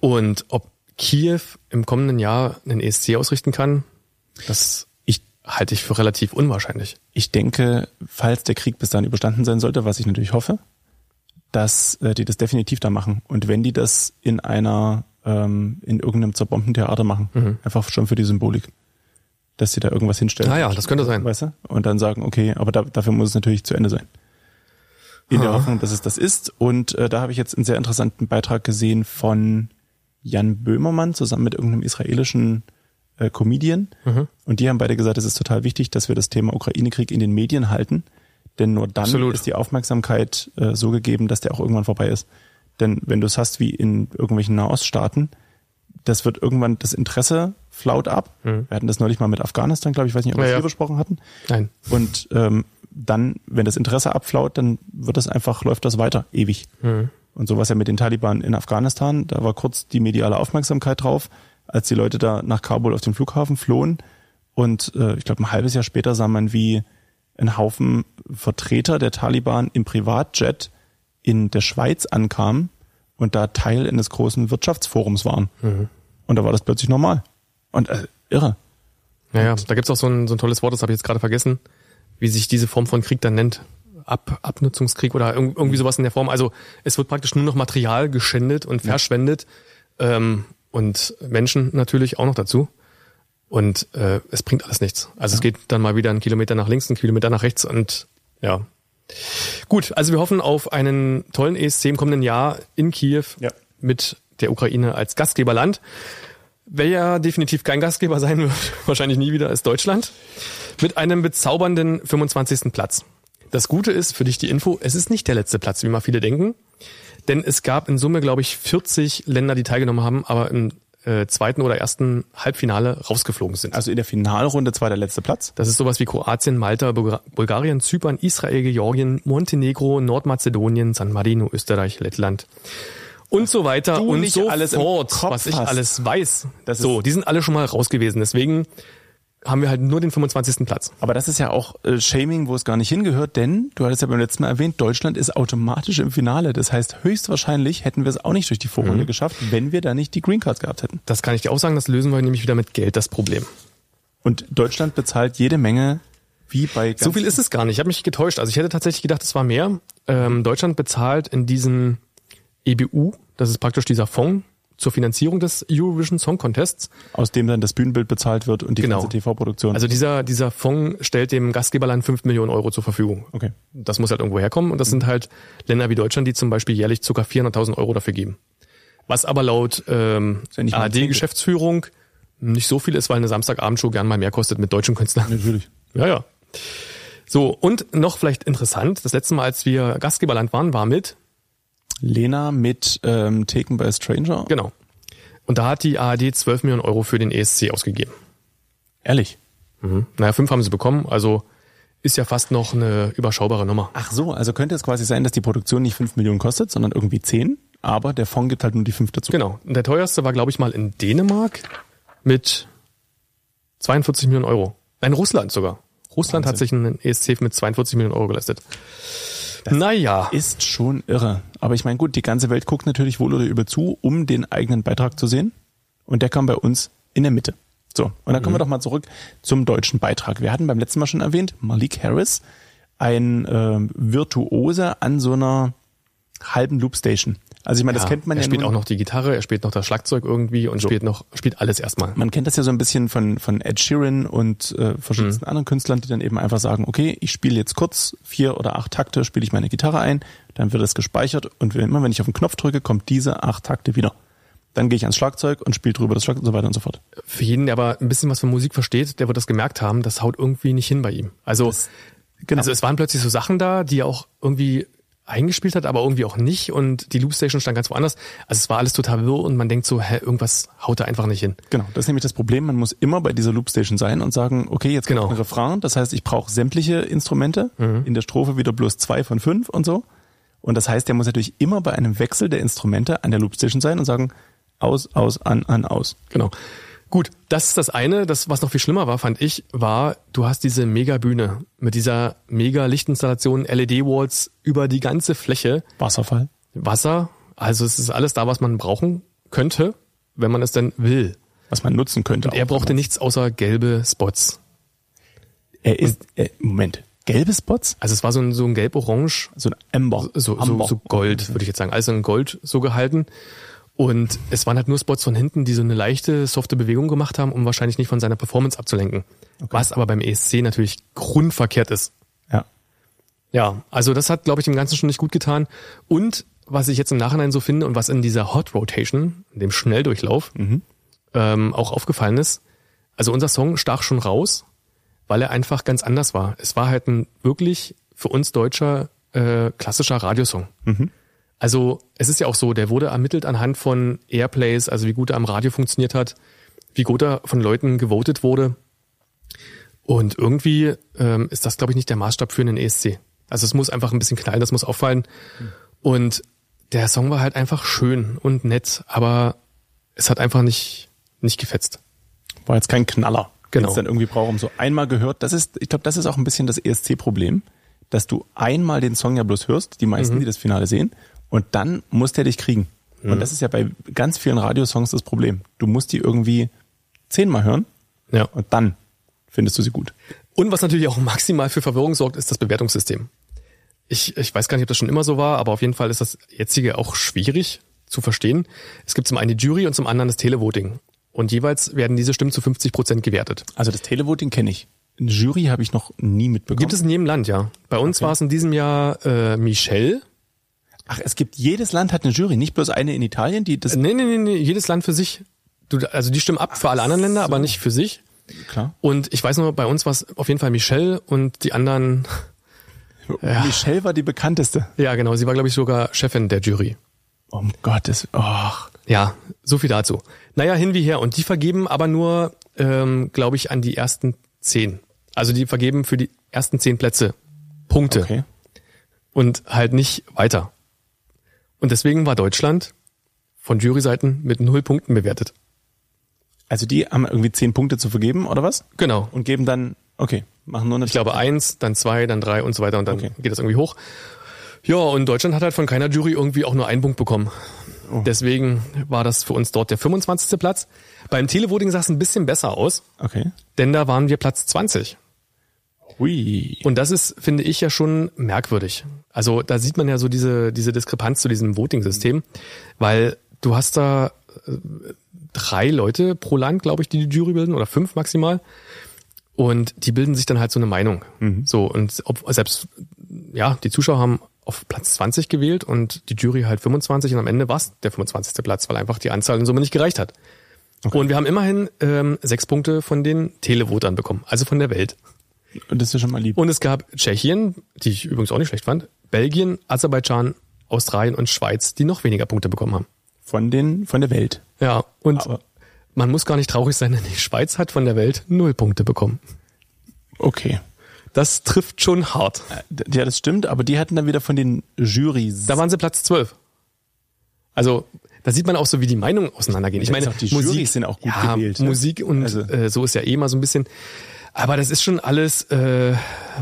Und ob Kiew im kommenden Jahr einen ESC ausrichten kann, das Ich halte ich für relativ unwahrscheinlich. Ich denke, falls der Krieg bis dahin überstanden sein sollte, was ich natürlich hoffe, dass äh, die das definitiv da machen. Und wenn die das in einer, ähm, in irgendeinem zerbombten Theater machen, einfach schon für die Symbolik, dass sie da irgendwas hinstellen. Ah ja, das könnte sein. Weißt du? Und dann sagen, okay, aber da, dafür muss es natürlich zu Ende sein. In der Hoffnung, dass es das ist. Und äh, da habe ich jetzt einen sehr interessanten Beitrag gesehen von Jan Böhmermann zusammen mit irgendeinem israelischen äh, Comedian. Mhm. Und die haben beide gesagt, es ist total wichtig, dass wir das Thema Ukraine-Krieg in den Medien halten. Denn nur dann Absolut. ist die Aufmerksamkeit äh, so gegeben, dass der auch irgendwann vorbei ist. Denn wenn du es hast wie in irgendwelchen Nahoststaaten, das wird irgendwann, das Interesse flaut ab. Wir hatten das neulich mal mit Afghanistan, glaube ich, weiß nicht, ob wir Mhm. Ja, es ja. hier besprochen hatten. Nein. Und ähm, dann, wenn das Interesse abflaut, dann wird das einfach, läuft das weiter, ewig. Und so war es ja mit den Taliban in Afghanistan. Da war kurz die mediale Aufmerksamkeit drauf, als die Leute da nach Kabul auf dem Flughafen flohen. Und äh, ich glaube, ein halbes Jahr später sah man, wie ein Haufen Vertreter der Taliban im Privatjet in der Schweiz ankamen und da Teil eines großen Wirtschaftsforums waren. Und da war das plötzlich normal. Und äh, irre. Naja, da gibt's auch so ein, so ein tolles Wort, das habe ich jetzt gerade vergessen, wie sich diese Form von Krieg dann nennt. Ab, Abnutzungskrieg oder irg- irgendwie sowas in der Form. Also es wird praktisch nur noch Material geschändet und verschwendet ähm, und Menschen natürlich auch noch dazu. Und äh, es bringt alles nichts. Also es geht dann mal wieder einen Kilometer nach links, einen Kilometer nach rechts und ja. Gut, also wir hoffen auf einen tollen ESC im kommenden Jahr in Kiew Ja. mit der Ukraine als Gastgeberland. Wer definitiv kein Gastgeber sein wird, wahrscheinlich nie wieder, ist Deutschland. Mit einem bezaubernden 25. Platz. Das Gute ist für dich die Info, es ist nicht der letzte Platz, wie mal viele denken. Denn es gab in Summe, glaube ich, 40 Länder, die teilgenommen haben, aber im äh, zweiten oder ersten Halbfinale rausgeflogen sind. Also in der Finalrunde zwar der letzte Platz. Das ist sowas wie Kroatien, Malta, Bulga- Bulgarien, Zypern, Israel, Georgien, Montenegro, Nordmazedonien, San Marino, Österreich, Lettland. und so weiter du und nicht so alles im fort, Kopf was ich hast. alles weiß. Das ist- so, die sind alle schon mal raus gewesen. Deswegen haben wir halt nur den 25. Platz. Aber das ist ja auch äh, Shaming, wo es gar nicht hingehört, denn du hattest ja beim letzten Mal erwähnt, Deutschland ist automatisch im Finale. Das heißt, höchstwahrscheinlich hätten wir es auch nicht durch die Mhm. Vorrunde geschafft, wenn wir da nicht die Green Card gehabt hätten. Das kann ich dir auch sagen, das lösen wir nämlich wieder mit Geld, das Problem. Und Deutschland bezahlt jede Menge, wie bei ganz So viel ist es gar nicht. Ich habe mich getäuscht. Also ich hätte tatsächlich gedacht, es war mehr. Ähm, Deutschland bezahlt in diesem EBU, das ist praktisch dieser Fonds zur Finanzierung des Eurovision Song Contests. aus dem dann das Bühnenbild bezahlt wird und die Genau. ganze TV-Produktion. Also dieser, dieser Fonds stellt dem Gastgeberland 5 Millionen Euro zur Verfügung. Okay. Das muss halt irgendwo herkommen. Und das sind halt Länder wie Deutschland, die zum Beispiel jährlich ca. 400.000 Euro dafür geben. Was aber laut ähm, ja nicht mal ein Zehntel. ARD-Geschäftsführung nicht so viel ist, weil eine Samstagabendshow gern mal mehr kostet mit deutschen Künstlern. natürlich. Ja, ja. So, und noch vielleicht interessant, das letzte Mal, als wir Gastgeberland waren, war mit, Lena mit ähm, Taken by a Stranger. genau. Und da hat die ARD 12 Millionen Euro für den ESC ausgegeben. Ehrlich. Hm? Naja, fünf haben sie bekommen, also ist ja fast noch eine überschaubare Nummer. Ach so, also könnte es quasi sein, dass die Produktion nicht 5 Millionen kostet, sondern irgendwie 10, aber der Fonds gibt halt nur die 5 dazu. Genau. Und der teuerste war, glaube ich, mal in Dänemark mit 42 Millionen Euro. Nein, Russland sogar. Russland hat sich einen ESC mit 42 Millionen Euro geleistet. naja, Ist schon irre. Aber ich meine, gut, die ganze Welt guckt natürlich wohl oder übel zu, um den eigenen Beitrag zu sehen. Und der kam bei uns in der Mitte. So, und dann kommen wir Mhm. doch mal zurück zum deutschen Beitrag. Wir hatten beim letzten Mal schon erwähnt, Malik Harris, ein äh, Virtuose an so einer halben Loopstation. Also ich meine, das kennt man er ja spielt nun- auch noch die Gitarre, er spielt noch das Schlagzeug irgendwie und spielt noch, spielt alles erstmal. man kennt das ja so ein bisschen von, von Ed Sheeran und äh, verschiedensten anderen Künstlern, die dann eben einfach sagen, okay, ich spiele jetzt kurz vier oder acht Takte, spiele ich meine Gitarre ein, dann wird es gespeichert und wenn immer wenn ich auf den Knopf drücke, kommt diese acht Takte wieder. Dann gehe ich ans Schlagzeug und spiele drüber das Schlagzeug und so weiter und so fort. Für jeden, der aber ein bisschen was von Musik versteht, der wird das gemerkt haben, das haut irgendwie nicht hin bei ihm. Also, genau. also es waren plötzlich so Sachen da, die er auch irgendwie eingespielt hat, aber irgendwie auch nicht und die Loopstation stand ganz woanders. Also es war alles total wirr und man denkt so, hä, irgendwas haut da einfach nicht hin. Genau, das ist nämlich das Problem, man muss immer bei dieser Loopstation sein und sagen, okay, jetzt Genau. Mhm. kommt ein Refrain, das heißt, ich brauche sämtliche Instrumente, in der Strophe wieder bloß zwei von fünf und so. Und das heißt, der muss natürlich immer bei einem Wechsel der Instrumente an der Loopstation sein und sagen, aus, aus, an, an, aus. Genau. Gut, das ist das eine. Das, was noch viel schlimmer war, fand ich, war, du hast diese Mega-Bühne mit dieser Mega-Lichtinstallation, LED-Walls E über die ganze Fläche. Wasserfall. Wasser. Also es ist alles da, was man brauchen könnte, wenn man es denn will. was man nutzen könnte. Und er auch. brauchte nichts außer gelbe Spots. er ist, äh, Moment, gelbe Spots? Also es war so ein, so ein gelb-orange, So ein Amber. so, so, Amber. so Gold, würde ich jetzt sagen. Also in Gold so gehalten. Und es waren halt nur Spots von hinten, die so eine leichte, softe Bewegung gemacht haben, um wahrscheinlich nicht von seiner Performance abzulenken. Was aber beim ESC natürlich grundverkehrt ist. Ja. Ja, also das hat, glaube ich, dem Ganzen schon nicht gut getan. Und was ich jetzt im Nachhinein so finde und was in dieser Hot Rotation, in dem Schnelldurchlauf, ähm, auch aufgefallen ist, also unser Song stach schon raus, weil er einfach ganz anders war. Es war halt ein wirklich für uns deutscher äh, klassischer Radiosong. Also es ist ja auch so, der wurde ermittelt anhand von Airplays, also wie gut er am Radio funktioniert hat, wie gut er von Leuten gewotet wurde. Und irgendwie ähm, ist das, glaube ich, nicht der Maßstab für einen ESC. Also es muss einfach ein bisschen knallen, das muss auffallen. Und der Song war halt einfach schön und nett, aber es hat einfach nicht, nicht gefetzt. War jetzt kein Knaller. Genau. Den es dann irgendwie braucht, um so einmal gehört. Das ist, ich glaube, das ist auch ein bisschen das ESC-Problem, dass du einmal den Song ja bloß hörst, die meisten, die das Finale sehen, und dann muss der dich kriegen. Und das ist ja bei ganz vielen Radiosongs das Problem. Du musst die irgendwie zehnmal hören Ja. und dann findest du sie gut. Und was natürlich auch maximal für Verwirrung sorgt, ist das Bewertungssystem. Ich, ich weiß gar nicht, ob das schon immer so war, aber auf jeden Fall ist das jetzige auch schwierig zu verstehen. Es gibt zum einen die Jury und zum anderen das Televoting. Und jeweils werden diese Stimmen zu 50 Prozent gewertet. Also das Televoting kenne ich. Eine Jury habe ich noch nie mitbekommen. Gibt es in jedem Land, ja. Bei uns war es in diesem Jahr äh, Michelle. Ach, es gibt jedes Land hat eine Jury, nicht bloß eine in Italien, die das Nee, nee, nee, nee, jedes Land für sich. Du, also die stimmen ab für alle anderen Länder, aber nicht für sich. klar. Und ich weiß nur, bei uns war es auf jeden Fall Michelle und die anderen, Michelle war die bekannteste. ja genau, sie war glaube ich sogar Chefin der Jury. Um Gottes, ach. Ja, so viel dazu. Naja, hin wie her. Und die vergeben aber nur, ähm, glaube ich, an die ersten zehn. Also die vergeben für die ersten zehn Plätze Punkte Okay. und halt nicht weiter. Und deswegen war Deutschland von Juryseiten mit null Punkten bewertet. Also die haben irgendwie zehn Punkte zu vergeben, oder was? Genau. Und geben dann, okay, machen nur eine Ich glaube eins, dann zwei, dann drei und so weiter und dann Okay. geht das irgendwie hoch. Ja, und Deutschland hat halt von keiner Jury irgendwie auch nur einen Punkt bekommen. Deswegen war das für uns dort der 25. Platz. Beim Televoting sah es ein bisschen besser aus, Okay. denn da waren wir Platz 20. Hui. Und das ist, finde ich, ja schon merkwürdig. Also da sieht man ja so diese, diese Diskrepanz zu diesem Voting-System, weil du hast da äh, drei Leute pro Land, glaube ich, die die Jury bilden oder fünf maximal. Und die bilden sich dann halt so eine Meinung. So, und ob, selbst, ja, die Zuschauer haben auf Platz 20 gewählt und die Jury halt 25 und am Ende war es der 25. Platz, weil einfach die Anzahl in Summe nicht gereicht hat. Und wir haben immerhin ähm, sechs Punkte von den Televotern bekommen, also von der Welt. Und das ist ja schon mal lieb. Und es gab Tschechien, die ich übrigens auch nicht schlecht fand, Belgien, Aserbaidschan, Australien und Schweiz, die noch weniger Punkte bekommen haben. Von den, von der Welt. Ja, und Aber- man muss gar nicht traurig sein, denn die Schweiz hat von der Welt null Punkte bekommen. Okay. Das trifft schon hart. D- Ja, das stimmt, aber die hatten dann wieder von den Jurys. Da waren sie Platz 12. Also, da sieht man auch so, wie die Meinungen auseinandergehen. Ich Ja, meine, ist auch die Jurys Musik sind auch gut ja, gewählt, ne? Musik und Also- äh, so ist ja eh mal so ein bisschen. Aber das ist schon alles äh,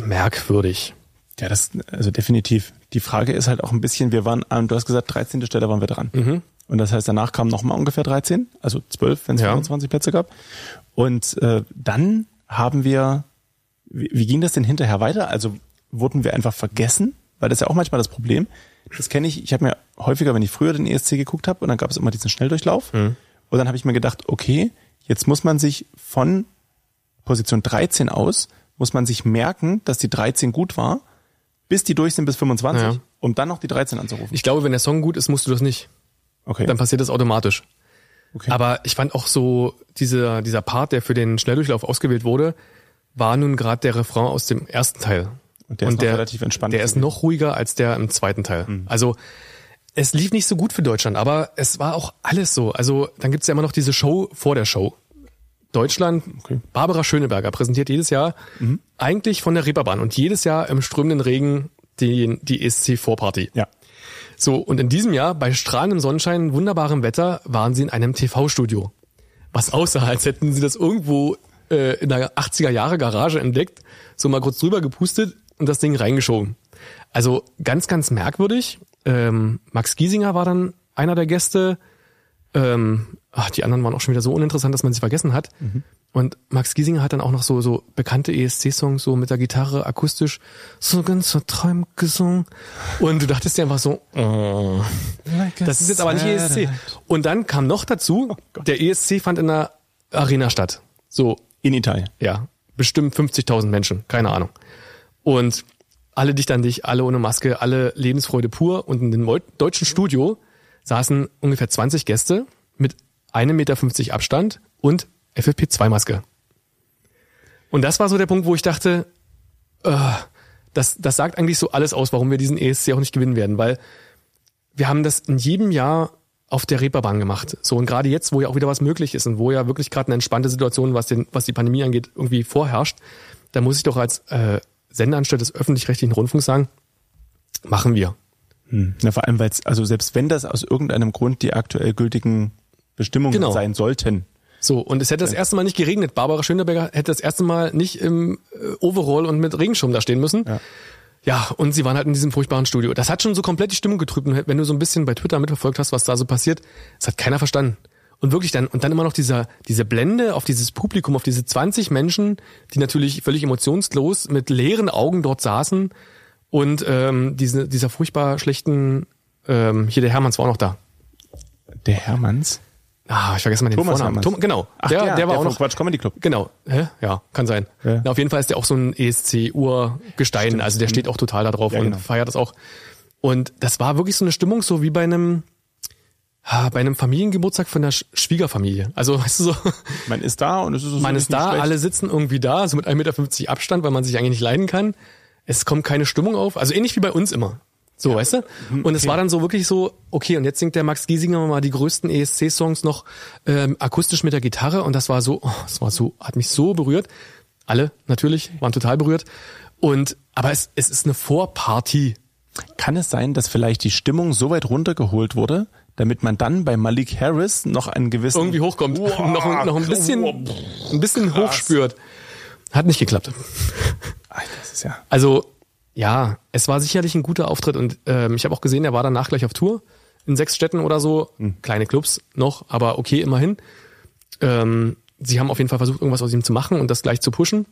merkwürdig. ja, das, also definitiv. Die Frage ist halt auch ein bisschen, wir waren, ähm, du hast gesagt, 13. Stelle waren wir dran. Mhm. Und das heißt, danach kamen nochmal ungefähr 13, also 12, wenn es Ja. 25 Plätze gab. Und äh, dann haben wir, wie, wie ging das denn hinterher weiter? Also wurden wir einfach vergessen? Weil das ist ja auch manchmal das Problem. Das kenne ich, ich habe mir häufiger, wenn ich früher den ESC geguckt habe, und dann gab es immer diesen Schnelldurchlauf. Mhm. Und dann habe ich mir gedacht, okay, jetzt muss man sich von Position 13 aus, muss man sich merken, dass die 13 gut war, bis die durch sind bis 25, Ja. um dann noch die 13 anzurufen. Ich glaube, wenn der Song gut ist, musst du das nicht. okay. Dann passiert das automatisch. okay. Aber ich fand auch so, dieser, dieser Part, der für den Schnelldurchlauf ausgewählt wurde, war nun gerade der Refrain aus dem ersten Teil. Und der ist noch relativ entspannt Der ist gewesen. Mhm. noch ruhiger als der im zweiten Teil. Also es lief nicht so gut für Deutschland, aber es war auch alles so. Also dann gibt's ja immer noch diese Show vor der Show. Deutschland, Okay. Mhm. Barbara Schöneberger präsentiert jedes Jahr eigentlich von der Reeperbahn und jedes Jahr im strömenden Regen die, die E ESC-Vorparty. ja. So, und in diesem Jahr, bei strahlendem Sonnenschein, wunderbarem Wetter, waren sie in einem TV-Studio. Was aussah, als hätten sie das irgendwo äh, in einer 80er-Jahre-Garage entdeckt, so mal kurz drüber gepustet und das Ding reingeschoben. Also ganz, ganz merkwürdig. Ähm, Max Giesinger war dann einer der Gäste. Ähm, ach, die anderen waren auch schon wieder so uninteressant, dass man sie vergessen hat. Und Max Giesinger hat dann auch noch so, so bekannte ESC-Songs, so mit der Gitarre akustisch, so ganz verträumt gesungen. Und du dachtest dir einfach so, oh, das ist jetzt aber nicht E ESC. Und dann kam noch dazu, der ESC fand in der Arena statt. So, In Italien. ja, bestimmt 50.000 Menschen, keine Ahnung. Und alle dicht an dich, alle ohne Maske, alle Lebensfreude pur. Und in dem Mol- deutschen Studio saßen ungefähr 20 Gäste mit 1,50 Meter Abstand und FFP2-Maske. Und das war so der Punkt, wo ich dachte, äh, das, das sagt eigentlich so alles aus, warum wir diesen ESC auch nicht gewinnen werden, weil wir haben das in jedem Jahr auf der Reeperbahn gemacht. So und gerade jetzt, wo ja auch wieder was möglich ist und wo ja wirklich gerade eine entspannte Situation, was den, was die Pandemie angeht, irgendwie vorherrscht, da muss ich doch als äh, Sendeanstalt des öffentlich-rechtlichen Rundfunks sagen, machen wir. Hm. Na, vor allem, weil es, also selbst wenn das aus irgendeinem Grund die aktuell gültigen Bestimmungen Genau. sein sollten. So, und es hätte das erste Mal nicht geregnet. Barbara Schöneberger hätte das erste Mal nicht im äh, Overall und mit Regenschirm da stehen müssen. Ja. und sie waren halt in diesem furchtbaren Studio. Das hat schon so komplett die Stimmung getrübt. Und wenn du so ein bisschen bei Twitter mitverfolgt hast, was da so passiert, das hat keiner verstanden. Und wirklich dann, und dann immer noch dieser, diese Blende auf dieses Publikum, auf diese 20 Menschen, die natürlich völlig emotionslos mit leeren Augen dort saßen und ähm, diese, dieser furchtbar schlechten, ähm, hier der Hermanns war auch noch da. Der Hermanns. Ah, ich vergesse mal den Thomas Vornamen. Hermanns. Thom- genau, Ach, der, der, war auch vom noch Quatsch Comedy Club. Genau, Hä? ja, kann sein. Ja. Na, auf jeden Fall ist der auch so ein E ESC-Urgestein, also der steht auch total da drauf Ja, und genau. feiert das auch. Und das war wirklich so eine Stimmung, so wie bei einem ah, bei einem Familiengeburtstag von der Sch- Schwiegerfamilie. Also weißt du so, Man ist da und es ist so man nicht ist da, schlecht. alle sitzen irgendwie da, so mit 1,50 Meter Abstand, weil man sich eigentlich nicht leiden kann. Es kommt keine Stimmung auf, also ähnlich wie bei uns immer. So, weißt du? Mhm, Und es war dann so wirklich so, okay, und jetzt singt der Max Giesinger mal die größten ESC-Songs noch ähm, akustisch mit der Gitarre und das war so, oh, das war so, hat mich so berührt. Alle natürlich waren total berührt. Und aber es, es ist eine Vorparty. Kann es sein, dass vielleicht die Stimmung so weit runtergeholt wurde, damit man dann bei Malik Harris noch einen gewissen Irgendwie hochkommt, Wow, noch, ein- noch ein bisschen, ein bisschen hochspürt. Hat nicht geklappt. Ach, das ist ja. Also ja, es war sicherlich ein guter Auftritt und ähm, ich habe auch gesehen, er war danach gleich auf Tour in sechs Städten oder so, kleine Clubs noch, aber okay, immerhin. Ähm, sie haben auf jeden Fall versucht, irgendwas aus ihm zu machen und das gleich zu pushen.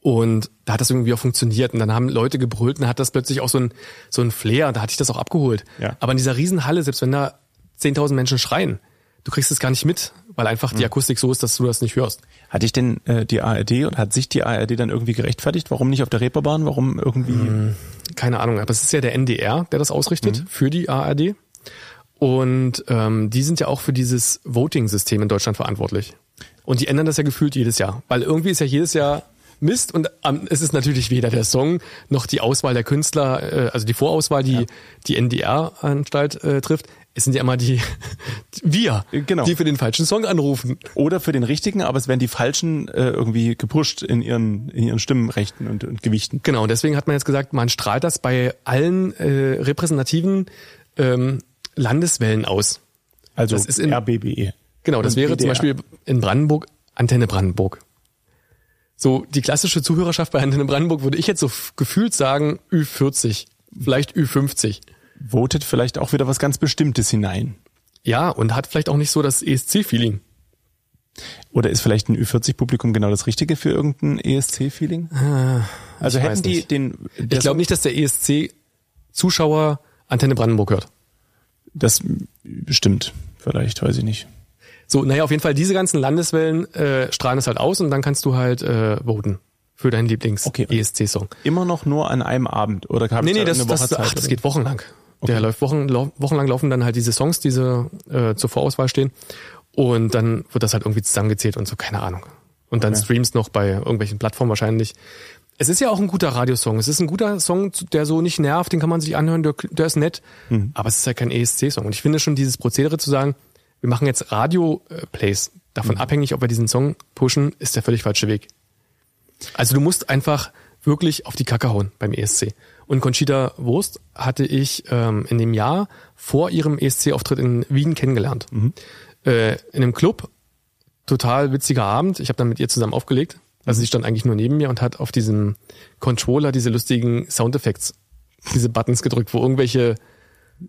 Und da hat das irgendwie auch funktioniert. Und dann haben Leute gebrüllt und hat das plötzlich auch so ein, so ein Flair. Da hatte ich das auch abgeholt. Ja. Aber in dieser Riesenhalle, selbst wenn da 10.000 Menschen schreien, du kriegst es gar nicht mit, weil einfach die Akustik so ist, dass du das nicht hörst. Hatte ich denn äh, die ARD und hat sich die ARD dann irgendwie gerechtfertigt? Warum nicht auf der Reeperbahn? Warum irgendwie? keine Ahnung, aber es ist ja der NDR, der das ausrichtet für die ARD. Und ähm, die sind ja auch für dieses Voting-System in Deutschland verantwortlich. Und die ändern das ja gefühlt jedes Jahr, weil irgendwie ist ja jedes Jahr Mist und ähm, es ist natürlich weder der Song noch die Auswahl der Künstler, äh, also die Vorauswahl, die die NDR-Anstalt äh, trifft. Es sind ja immer die wir, Genau. die für den falschen Song anrufen. Oder für den richtigen, aber es werden die falschen äh, irgendwie gepusht in ihren in ihren Stimmenrechten und, und Gewichten. Genau, und deswegen hat man jetzt gesagt, man strahlt das bei allen äh, repräsentativen ähm, Landeswellen aus. Also Das ist in- RBBE. Genau, das Und wäre zum WDR. Beispiel in Brandenburg Antenne Brandenburg. So, die klassische Zuhörerschaft bei Antenne Brandenburg würde ich jetzt so f- gefühlt sagen, Ü40, vielleicht Ü50. Votet vielleicht auch wieder was ganz Bestimmtes hinein. Ja, und hat vielleicht auch nicht so das E ESC-Feeling. Oder ist vielleicht ein Ü40-Publikum genau das Richtige für irgendein ESC-Feeling? Also Äh, ich hätten weiß die nicht. den, Ich das, glaube nicht, dass der ESC-Zuschauer Antenne Brandenburg hört. das stimmt. Vielleicht, weiß ich nicht. So, naja, auf jeden Fall, diese ganzen Landeswellen äh, strahlen es halt aus und dann kannst du halt äh, voten für deinen Okay. Lieblings-ESC-Song. Immer noch nur an einem Abend oder gab Nee, nee, da das, eine Woche das, Zeit? ach, das geht wochenlang. Der läuft wochen, lau- wochenlang laufen dann halt diese Songs, diese äh, zur Vorauswahl stehen. Und dann wird das halt irgendwie zusammengezählt und so, keine Ahnung. Und dann Streams noch bei irgendwelchen Plattformen wahrscheinlich. Es ist ja auch ein guter Radiosong. Es ist ein guter Song, zu- der so nicht nervt, den kann man sich anhören, der, der ist nett. Mhm. Aber es ist halt kein ESC-Song. Und ich finde schon dieses Prozedere zu sagen, wir machen jetzt Radio-Plays, davon Mhm. abhängig, ob wir diesen Song pushen, ist der völlig falsche Weg. Also du musst einfach wirklich auf die Kacke hauen beim ESC. Und Conchita Wurst hatte ich ähm, in dem Jahr vor ihrem ESC-Auftritt in Wien kennengelernt. Äh, in einem Club, total witziger Abend. Ich habe dann mit ihr zusammen aufgelegt. Also sie stand eigentlich nur neben mir und hat auf diesem Controller diese lustigen Soundeffekts, diese Buttons gedrückt, wo irgendwelche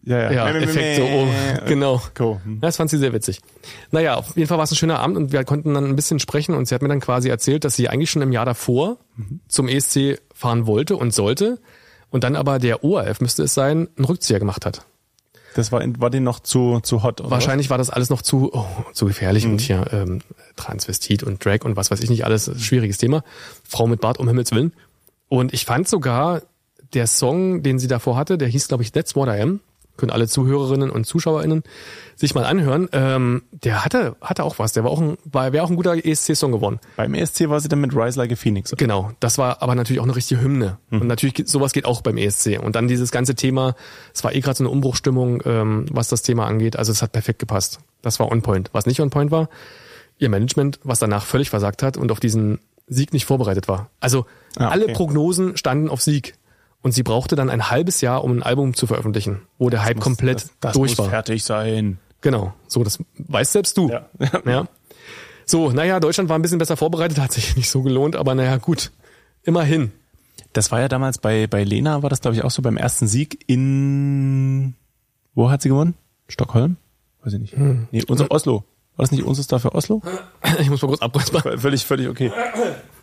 Ja, ja, Effekte oben. Genau. Cool. Hm. Das fand sie sehr witzig. Naja, auf jeden Fall war es ein schöner Abend und wir konnten dann ein bisschen sprechen und sie hat mir dann quasi erzählt, dass sie eigentlich schon im Jahr davor zum ESC fahren wollte und sollte und dann aber der ORF müsste es sein, einen Rückzieher gemacht hat. Das war, war den noch zu, zu hot, oder? Wahrscheinlich war das alles noch zu, oh, zu gefährlich und hier ähm, Transvestit und Drag und was weiß ich nicht alles. Schwieriges Thema. Frau mit Bart, um Himmels Willen. Und ich fand sogar, der Song, den sie davor hatte, der hieß, glaube ich, That's What I Am. Können alle Zuhörerinnen und ZuschauerInnen sich mal anhören. Ähm, der hatte, hatte auch was. Der war auch ein, war, wäre auch ein guter E ESC-Song geworden. Beim ESC war sie dann mit Rise Like a Phoenix. Genau, das war aber natürlich auch eine richtige Hymne. Mhm. Und natürlich, geht- sowas geht auch beim ESC. Und dann dieses ganze Thema, es war eh gerade so eine Umbruchstimmung, ähm, was das Thema angeht. Also es hat perfekt gepasst. Das war on point. Was nicht on point war, ihr Management, was danach völlig versagt hat und auf diesen Sieg nicht vorbereitet war. Also Ah, alle okay. Prognosen standen auf Sieg. Und sie brauchte dann ein halbes Jahr, um ein Album zu veröffentlichen, wo der Hype komplett das, das durch muss war. fertig sein. Genau, so, das weißt selbst du. Ja. ja. So, naja, Deutschland war ein bisschen besser vorbereitet, hat sich nicht so gelohnt, aber naja, gut. Immerhin. Das war ja damals bei, bei Lena, war das glaube ich auch so beim ersten Sieg in, wo hat sie gewonnen? Stockholm? Weiß ich nicht. Nee, unser Oslo. War das nicht unseres da für Oslo? Ich muss mal kurz abbrechen. V- Völlig, völlig okay.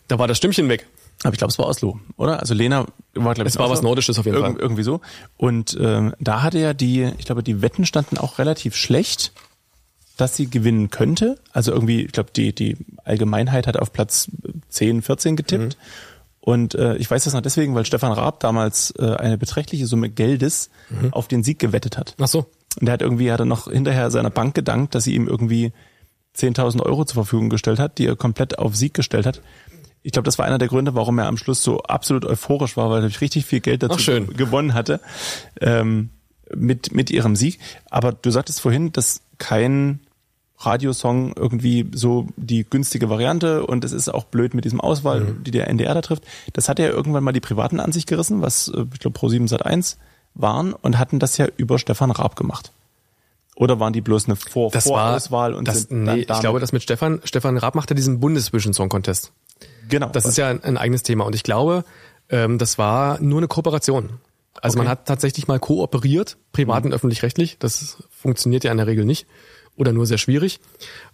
Da war das Stimmchen weg. Aber ich glaube, es war Oslo, oder? Also Lena war, glaube ich, Es war Oslo. was Nordisches auf jeden Irg Fall. Irgendwie so. Und ähm, da hatte ja die, ich glaube, die Wetten standen auch relativ schlecht, dass sie gewinnen könnte. Also irgendwie, ich glaube, die, die Allgemeinheit hat auf Platz 10, 14 getippt. Und äh, ich weiß das noch deswegen, weil Stefan Raab damals äh, eine beträchtliche Summe Geldes auf den Sieg gewettet hat. Ach so. Und der hat irgendwie, hat er noch hinterher seiner Bank gedankt, dass sie ihm irgendwie 10.000 Euro zur Verfügung gestellt hat, die er komplett auf Sieg gestellt hat. Ich glaube, das war einer der Gründe, warum er am Schluss so absolut euphorisch war, weil er natürlich richtig viel Geld dazu Ach, schön. gewonnen hatte ähm, mit, mit ihrem Sieg. Aber du sagtest vorhin, dass kein Radiosong irgendwie so die günstige Variante und es ist auch blöd mit diesem Auswahl, Mhm. die der NDR da trifft. Das hat ja irgendwann mal die Privaten an sich gerissen, was äh, ich glaube Pro7 Sat1 waren und hatten das ja über Stefan Raab gemacht. Oder waren die bloß eine Vor Das war Vorauswahl und das, sind dann nee, ich damit- glaube, das mit Stefan Stefan Raab machte diesen Bundesvision Song Contest. genau. Das ist ja ein, ein eigenes Thema und ich glaube, ähm, das war nur eine Kooperation. Also man hat tatsächlich mal kooperiert, Mhm. privat und öffentlich-rechtlich. Das funktioniert ja in der Regel nicht oder nur sehr schwierig.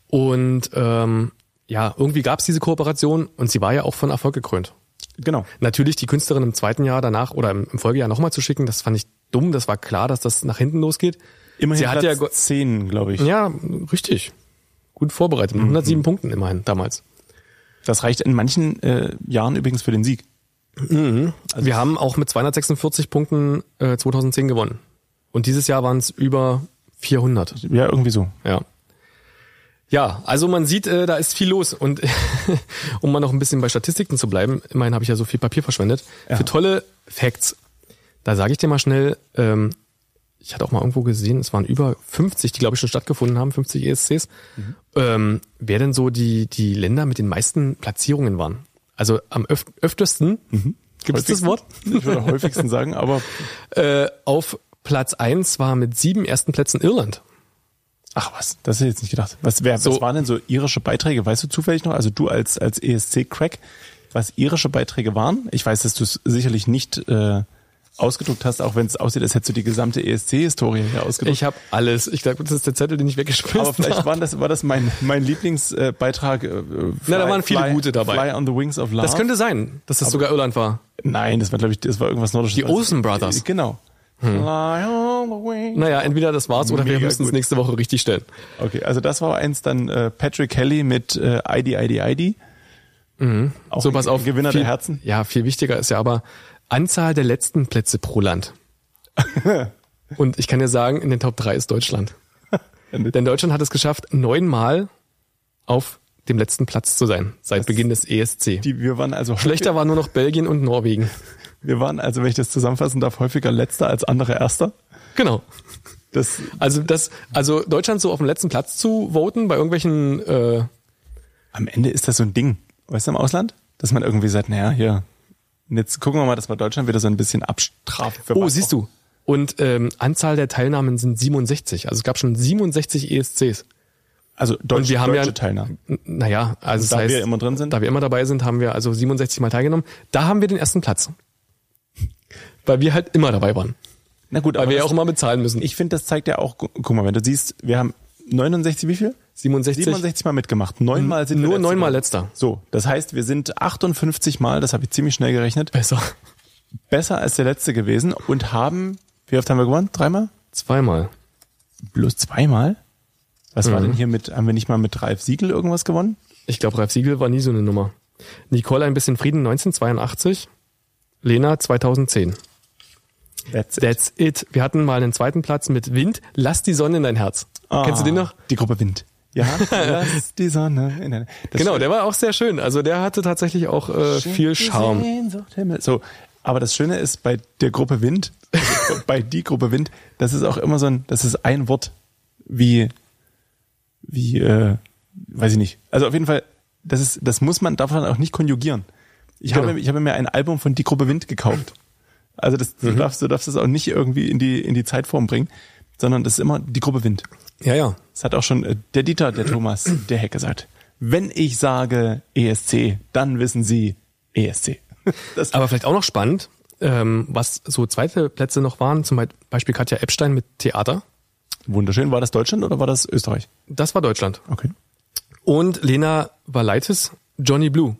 Und ähm, ja, irgendwie gab es diese Kooperation und sie war ja auch von Erfolg gekrönt. genau. Natürlich die Künstlerin im zweiten Jahr danach oder im, im Folgejahr nochmal zu schicken, das fand ich dumm. Das war klar, dass das nach hinten losgeht. Immerhin sie hat ja, Platz go- zehn, glaube ich. ja, richtig. Gut vorbereitet. Mhm. Mit 107 Punkten immerhin damals. Das reicht in manchen äh, Jahren übrigens für den Sieg. Also Wir haben auch mit 246 Punkten äh, 2010 gewonnen. Und dieses Jahr waren es über 400. Ja, irgendwie so. Ja. Ja, also man sieht, äh, da ist viel los. Und um mal noch ein bisschen bei Statistiken zu bleiben, immerhin habe ich ja so viel Papier verschwendet, für tolle Facts. Da sage ich dir mal schnell, ähm, ich hatte auch mal irgendwo gesehen, es waren über 50, die glaube ich schon stattgefunden haben, 50 ESCs, ähm, wer denn so die, die Länder mit den meisten Platzierungen waren. Also am öf öftesten, gibt es das Häufigsten- Wort? Ich würde am häufigsten sagen, aber Äh, auf Platz eins war mit sieben ersten Plätzen Irland. ach was, das hätte ich jetzt nicht gedacht. Was, wer, So. was waren denn so irische Beiträge? Weißt du zufällig noch, also du als, als ESC-Crack, was irische Beiträge waren? Ich weiß, dass du es sicherlich nicht äh, ausgedruckt hast, auch wenn es aussieht, als hättest du die gesamte ESC-Historie hier ausgedruckt. Ich habe alles. Ich glaube, das ist der Zettel, den ich weggeschmissen aber vielleicht habe. waren das, war das mein, mein Lieblingsbeitrag. Äh, Fly- Na, da waren viele Fly, gute dabei. Fly on the Wings of Love. Das könnte sein, dass das sogar Irland war. Nein, das war, glaube ich, das war irgendwas Nordisches. Die Olsen Brothers. Hm. Genau. Fly on the Wings. Naja, entweder das war's oder wir Mega müssen es gut. nächste Woche richtig stellen. Okay, also das war eins dann äh, Patrick Kelly mit äh, ID, ID, ID. Auch Mhm. so, pass ein auf. Gewinner viel, der Herzen. Ja, viel wichtiger ist ja aber Anzahl der letzten Plätze pro Land. Und ich kann dir sagen, in den Top 3 ist Deutschland. Denn Deutschland hat es geschafft, neunmal auf dem letzten Platz zu sein, seit Beginn des ESC. Die, wir waren also Schlechter war nur noch Belgien und Norwegen. Wir waren also, wenn ich das zusammenfassen darf, häufiger letzter als andere erster. Genau. Das Also das, also Deutschland so auf dem letzten Platz zu voten bei irgendwelchen, äh, am Ende ist das so ein Ding, weißt du, im Ausland, dass man irgendwie sagt, naja, hier. Und jetzt gucken wir mal, dass wir Deutschland wieder so ein bisschen abstrafen. Für oh, was siehst du. Und ähm, Anzahl der Teilnahmen sind 67. Also es gab schon 67 ESCs. Also deutsche, Und wir haben deutsche ja, Teilnahme. N- Naja, also Da das heißt, wir immer drin sind? Da wir immer dabei sind, haben wir also 67 Mal teilgenommen. Da haben wir den ersten Platz. Weil wir halt immer dabei waren. Na gut, Weil wir ja das- auch immer bezahlen müssen. Ich finde, das zeigt ja auch, gu- guck mal, wenn du siehst, wir haben 69, wie viel? 67. 67 Mal mitgemacht. Neunmal sind Nur wir neunmal geworden. letzter. So, das heißt, wir sind 58 Mal, das habe ich ziemlich schnell gerechnet, Besser. besser als der letzte gewesen und haben, wie oft haben wir gewonnen? Dreimal? Zweimal. Bloß zweimal? Was war Mhm. denn hier mit, haben wir nicht mal mit Ralf Siegel irgendwas gewonnen? Ich glaube, Ralf Siegel war nie so eine Nummer. Nicole ein bisschen Frieden 1982. Lena 2010. That's it. That's it. Wir hatten mal einen zweiten Platz mit Wind. Lass die Sonne in dein Herz. Ah, Kennst du den noch? Die Gruppe Wind. Ja, lass die Sonne in der, das Genau, der war auch sehr schön. Also der hatte tatsächlich auch äh, viel Charme. Sehnsucht, Himmel. So, aber das Schöne ist bei der Gruppe Wind, also bei die Gruppe Wind, das ist auch immer so ein, das ist ein Wort wie, wie, äh, weiß ich nicht. Also auf jeden Fall, das ist, das muss man, darf man auch nicht konjugieren. Ich, Genau. habe, ich habe mir ein Album von die Gruppe Wind gekauft. Also das, du darfst, du darfst das auch nicht irgendwie in die, in die Zeitform bringen, sondern das ist immer die Gruppe Wind. Ja, ja. Das hat auch schon äh, der Dieter, der Thomas, der Heck gesagt. Wenn ich sage ESC, dann wissen Sie ESC. Das, Aber vielleicht auch noch spannend, ähm, was so zweite Plätze noch waren. Zum Beispiel Katja Epstein mit Theater. wunderschön. War das Deutschland oder war das Österreich? Das war Deutschland. Okay. Und Lena Valaitis, Johnny Blue.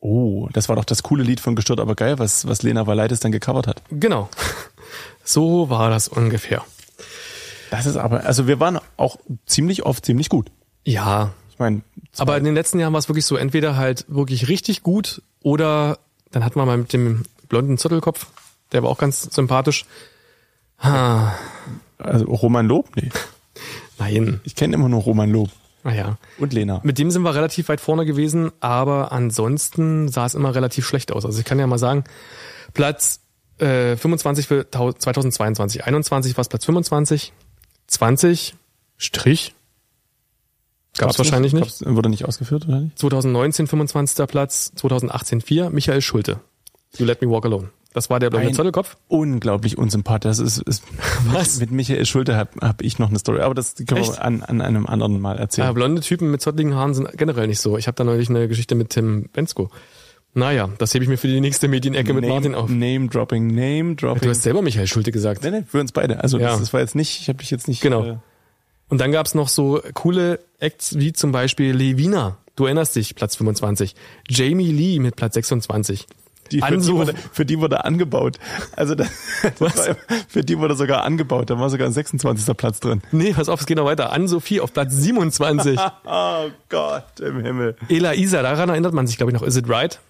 Oh, das war doch das coole Lied von Gestört aber geil, was, was Lena Valaitis dann gecovert hat. Genau. So war das ungefähr. Das ist aber, also wir waren auch ziemlich oft ziemlich gut. Ja, Ich meine, Aber in den letzten Jahren war es wirklich so, entweder halt wirklich richtig gut oder dann hatten wir mal mit dem blonden Zottelkopf, der war auch ganz sympathisch. Ha, also Roman Lob? Nee. nein, Ich kenne immer nur Roman Lob naja. und Lena. Mit dem sind wir relativ weit vorne gewesen, aber ansonsten sah es immer relativ schlecht aus. Also ich kann ja mal sagen, Platz äh, 25 für tau- 2022, 21 war es Platz 25, 20 Strich gab es wahrscheinlich nicht. Gab's, wurde nicht ausgeführt, oder nicht? 2019 25. Platz, 2018 4, Michael Schulte. You Let Me Walk Alone. Das war der blonde Ein- Zottelkopf. Unglaublich unsympathisch. Das ist, ist Was? Mit, mit Michael Schulte habe hab ich noch eine Story, aber das können Echt? wir Ah, an, an einem anderen Mal erzählen. Ja, Äh, blonde Typen mit zottligen Haaren sind generell nicht so. Ich habe da neulich eine Geschichte mit Tim Bensko. Naja, das hebe ich mir für die nächste Medienecke mit Name, Martin auf. Name dropping, Name dropping. Du hast selber Michael Schulte gesagt. nee, nee, für uns beide. Also Ja. das, das war jetzt nicht, ich habe dich jetzt nicht. Genau. Äh, Und dann gab's noch so coole Acts wie zum Beispiel Levina. Du erinnerst dich, Platz 25. Jamie Lee mit Platz 26. die, für, die Anso- wurde, für die wurde angebaut. Also das, das Was? war, für die wurde sogar angebaut. Da war sogar ein 26. Platz drin. Nee, pass auf, es geht noch weiter. Anne-Sophie auf Platz 27. Oh Gott im Himmel. Elaisa, daran erinnert man sich, glaube ich, noch. Is it right?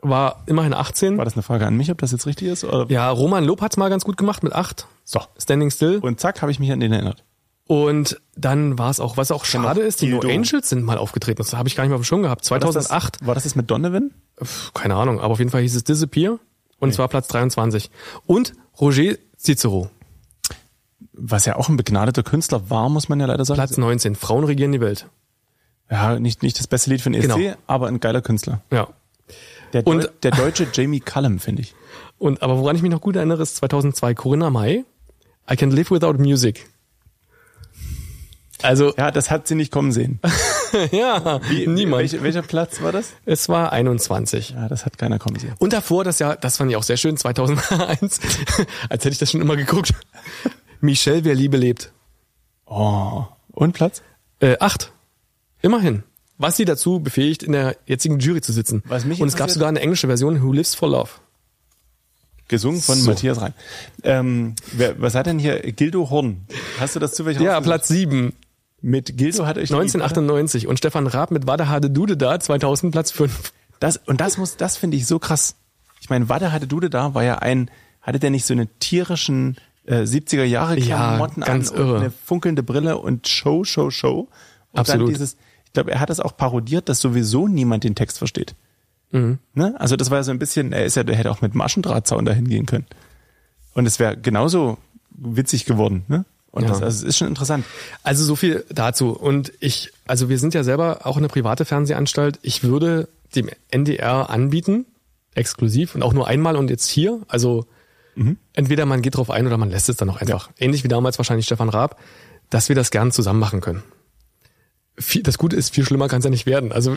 War immerhin 18. War das eine Frage an mich, ob das jetzt richtig ist? Oder? Ja, Roman Lob hat's mal ganz gut gemacht mit 8. So. Standing Still. Und zack, habe ich mich an den erinnert. Und dann war's auch, was auch schade ist, die No Gildo. Angels sind mal aufgetreten. Das habe ich gar nicht mal auf dem Schirm gehabt. War das 2008. Das, war das das mit Donovan? Pff, keine Ahnung, aber auf jeden Fall hieß es Disappear. Und zwar Platz 23. Und Roger Cicero. Was ja auch ein begnadeter Künstler war, muss man ja leider sagen. Platz 19. Frauen regieren die Welt. Ja, nicht, nicht das beste Lied von ESC, Genau. aber ein geiler Künstler. Ja. Der, Und- Deu der deutsche Jamie Cullum, finde ich. Und, aber woran ich mich noch gut erinnere, ist 2002 Corinna May. I can live without music. Also, Ja, das hat sie nicht kommen sehen. ja, niemand. Welche, welcher Platz war das? Es war 21. Ja, das hat keiner kommen sehen. Und davor, das Jahr, das fand ich auch sehr schön, 2001, als hätte ich das schon immer geguckt. Michelle, wer Liebe lebt. Oh. Und Platz? Äh, acht. Immerhin. Was sie dazu befähigt, in der jetzigen Jury zu sitzen. Was mich Und es gab interessiert- sogar eine englische Version, Who Lives for Love. Gesungen von So. Matthias Rein. Ähm, wer, was hat denn hier Gildo Horn? Hast du das zufällig Ja, rausgesucht? Platz sieben. Mit Gildo hat euch 1998. Und Stefan Raab mit Wadahade Dude da, 2000, Platz fünf. Das, und das muss, das finde ich so krass. Ich meine, Wade hatte Dude da, war ja ein, hatte der nicht so eine tierischen äh, 70er Jahre Ja, Klamotten ganz an irre. und eine funkelnde Brille und Show, Show, Show. Und Absolut. dann dieses, ich glaube, er hat das auch parodiert, dass sowieso niemand den Text versteht. Mhm. Ne? Also das war ja so ein bisschen, er ist ja, der hätte auch mit dem Aschendrahtzaun dahin gehen können. Und es wäre genauso witzig geworden, ne? Und Ja. das, also es ist schon interessant. Also so viel dazu. Und ich, also wir sind ja selber auch eine private Fernsehanstalt. Ich würde dem NDR anbieten, exklusiv und auch nur einmal und jetzt hier. Also entweder man geht drauf ein oder man lässt es dann auch einfach. Ähnlich wie damals wahrscheinlich Stefan Raab, dass wir das gern zusammen machen können. Viel, das Gute ist, viel schlimmer kann es ja nicht werden. Also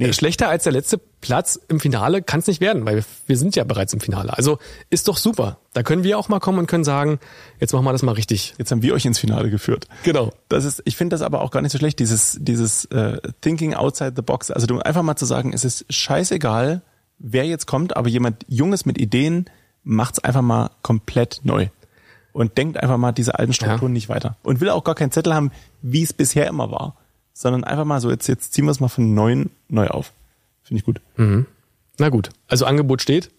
äh, schlechter als der letzte Platz im Finale kann es nicht werden, weil wir, wir sind ja bereits im Finale. Also ist doch super. Da können wir auch mal kommen und können sagen, jetzt machen wir das mal richtig. Jetzt haben wir euch ins Finale geführt. Genau. Das ist, ich finde das aber auch gar nicht so schlecht, dieses, dieses äh, Thinking outside the box. Also du einfach mal zu sagen, es ist scheißegal, wer jetzt kommt, aber jemand Junges mit Ideen macht's einfach mal komplett neu. Und denkt einfach mal diese alten Strukturen Ja. nicht weiter. Und will auch gar keinen Zettel haben, wie es bisher immer war. Sondern einfach mal so, jetzt, jetzt ziehen wir es mal von neuen neu auf. Finde ich gut. Na gut, also Angebot steht.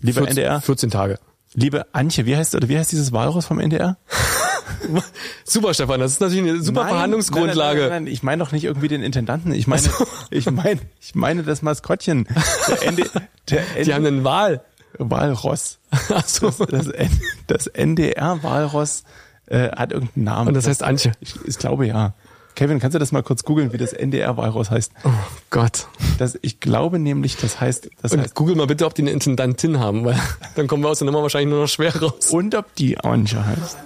Lieber 14, NDR, 14 Tage. liebe Antje, wie heißt, oder wie heißt dieses Walross vom NDR? Super, Stefan, das ist natürlich eine super Nein, Verhandlungsgrundlage. Nein, nein, nein, nein. Ich meine doch nicht irgendwie den Intendanten. Ich meine, ich meine, ich meine das Maskottchen. Der ND, der Die haben N einen Wahl. Walross. Ach so. Das, das, N das NDR Walross äh, hat irgendeinen Namen. Und das heißt Antje. ich, ich glaube ja. Kevin, kannst du das mal kurz googeln, wie das NDR Walross heißt? Oh Gott. Das, ich glaube nämlich, das heißt, das Und heißt google mal bitte, ob die eine Intendantin haben, weil dann kommen wir aus der Nummer wahrscheinlich nur noch schwer raus. und ob die Antje heißt.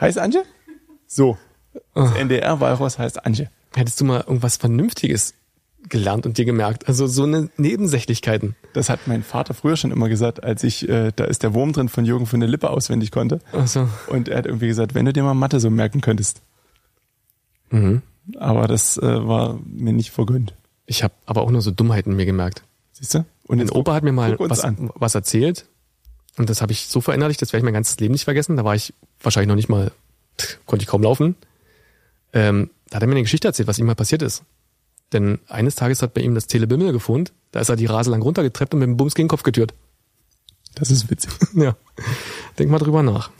Heißt Antje? So. Ah. Das NDR Walross heißt Antje. Hättest du mal irgendwas Vernünftiges gelernt und dir gemerkt? Also so eine Nebensächlichkeiten. Das hat mein Vater früher schon immer gesagt, als ich, äh, da ist der Wurm drin von Jürgen von der Lippe auswendig konnte. Ach so. Und er hat irgendwie gesagt, wenn du dir mal Mathe so merken könntest. Mhm. Aber das äh, war mir nicht vergönnt. Ich habe aber auch nur so Dummheiten mir gemerkt. Siehst du? Und Mein Opa hat mir mal guck uns was, an. was erzählt und das habe ich so verinnerlicht, das werde ich mein ganzes Leben nicht vergessen. Da war ich wahrscheinlich noch nicht mal, tch, konnte ich kaum laufen. Ähm, da hat er mir eine Geschichte erzählt, was ihm mal passiert ist. Denn eines Tages hat bei ihm das Telebimmel gefunden, da ist er die Rase lang runtergetreppt und mit dem Bums gegen den Kopf getürt. Das ist witzig. ja, denk mal drüber nach.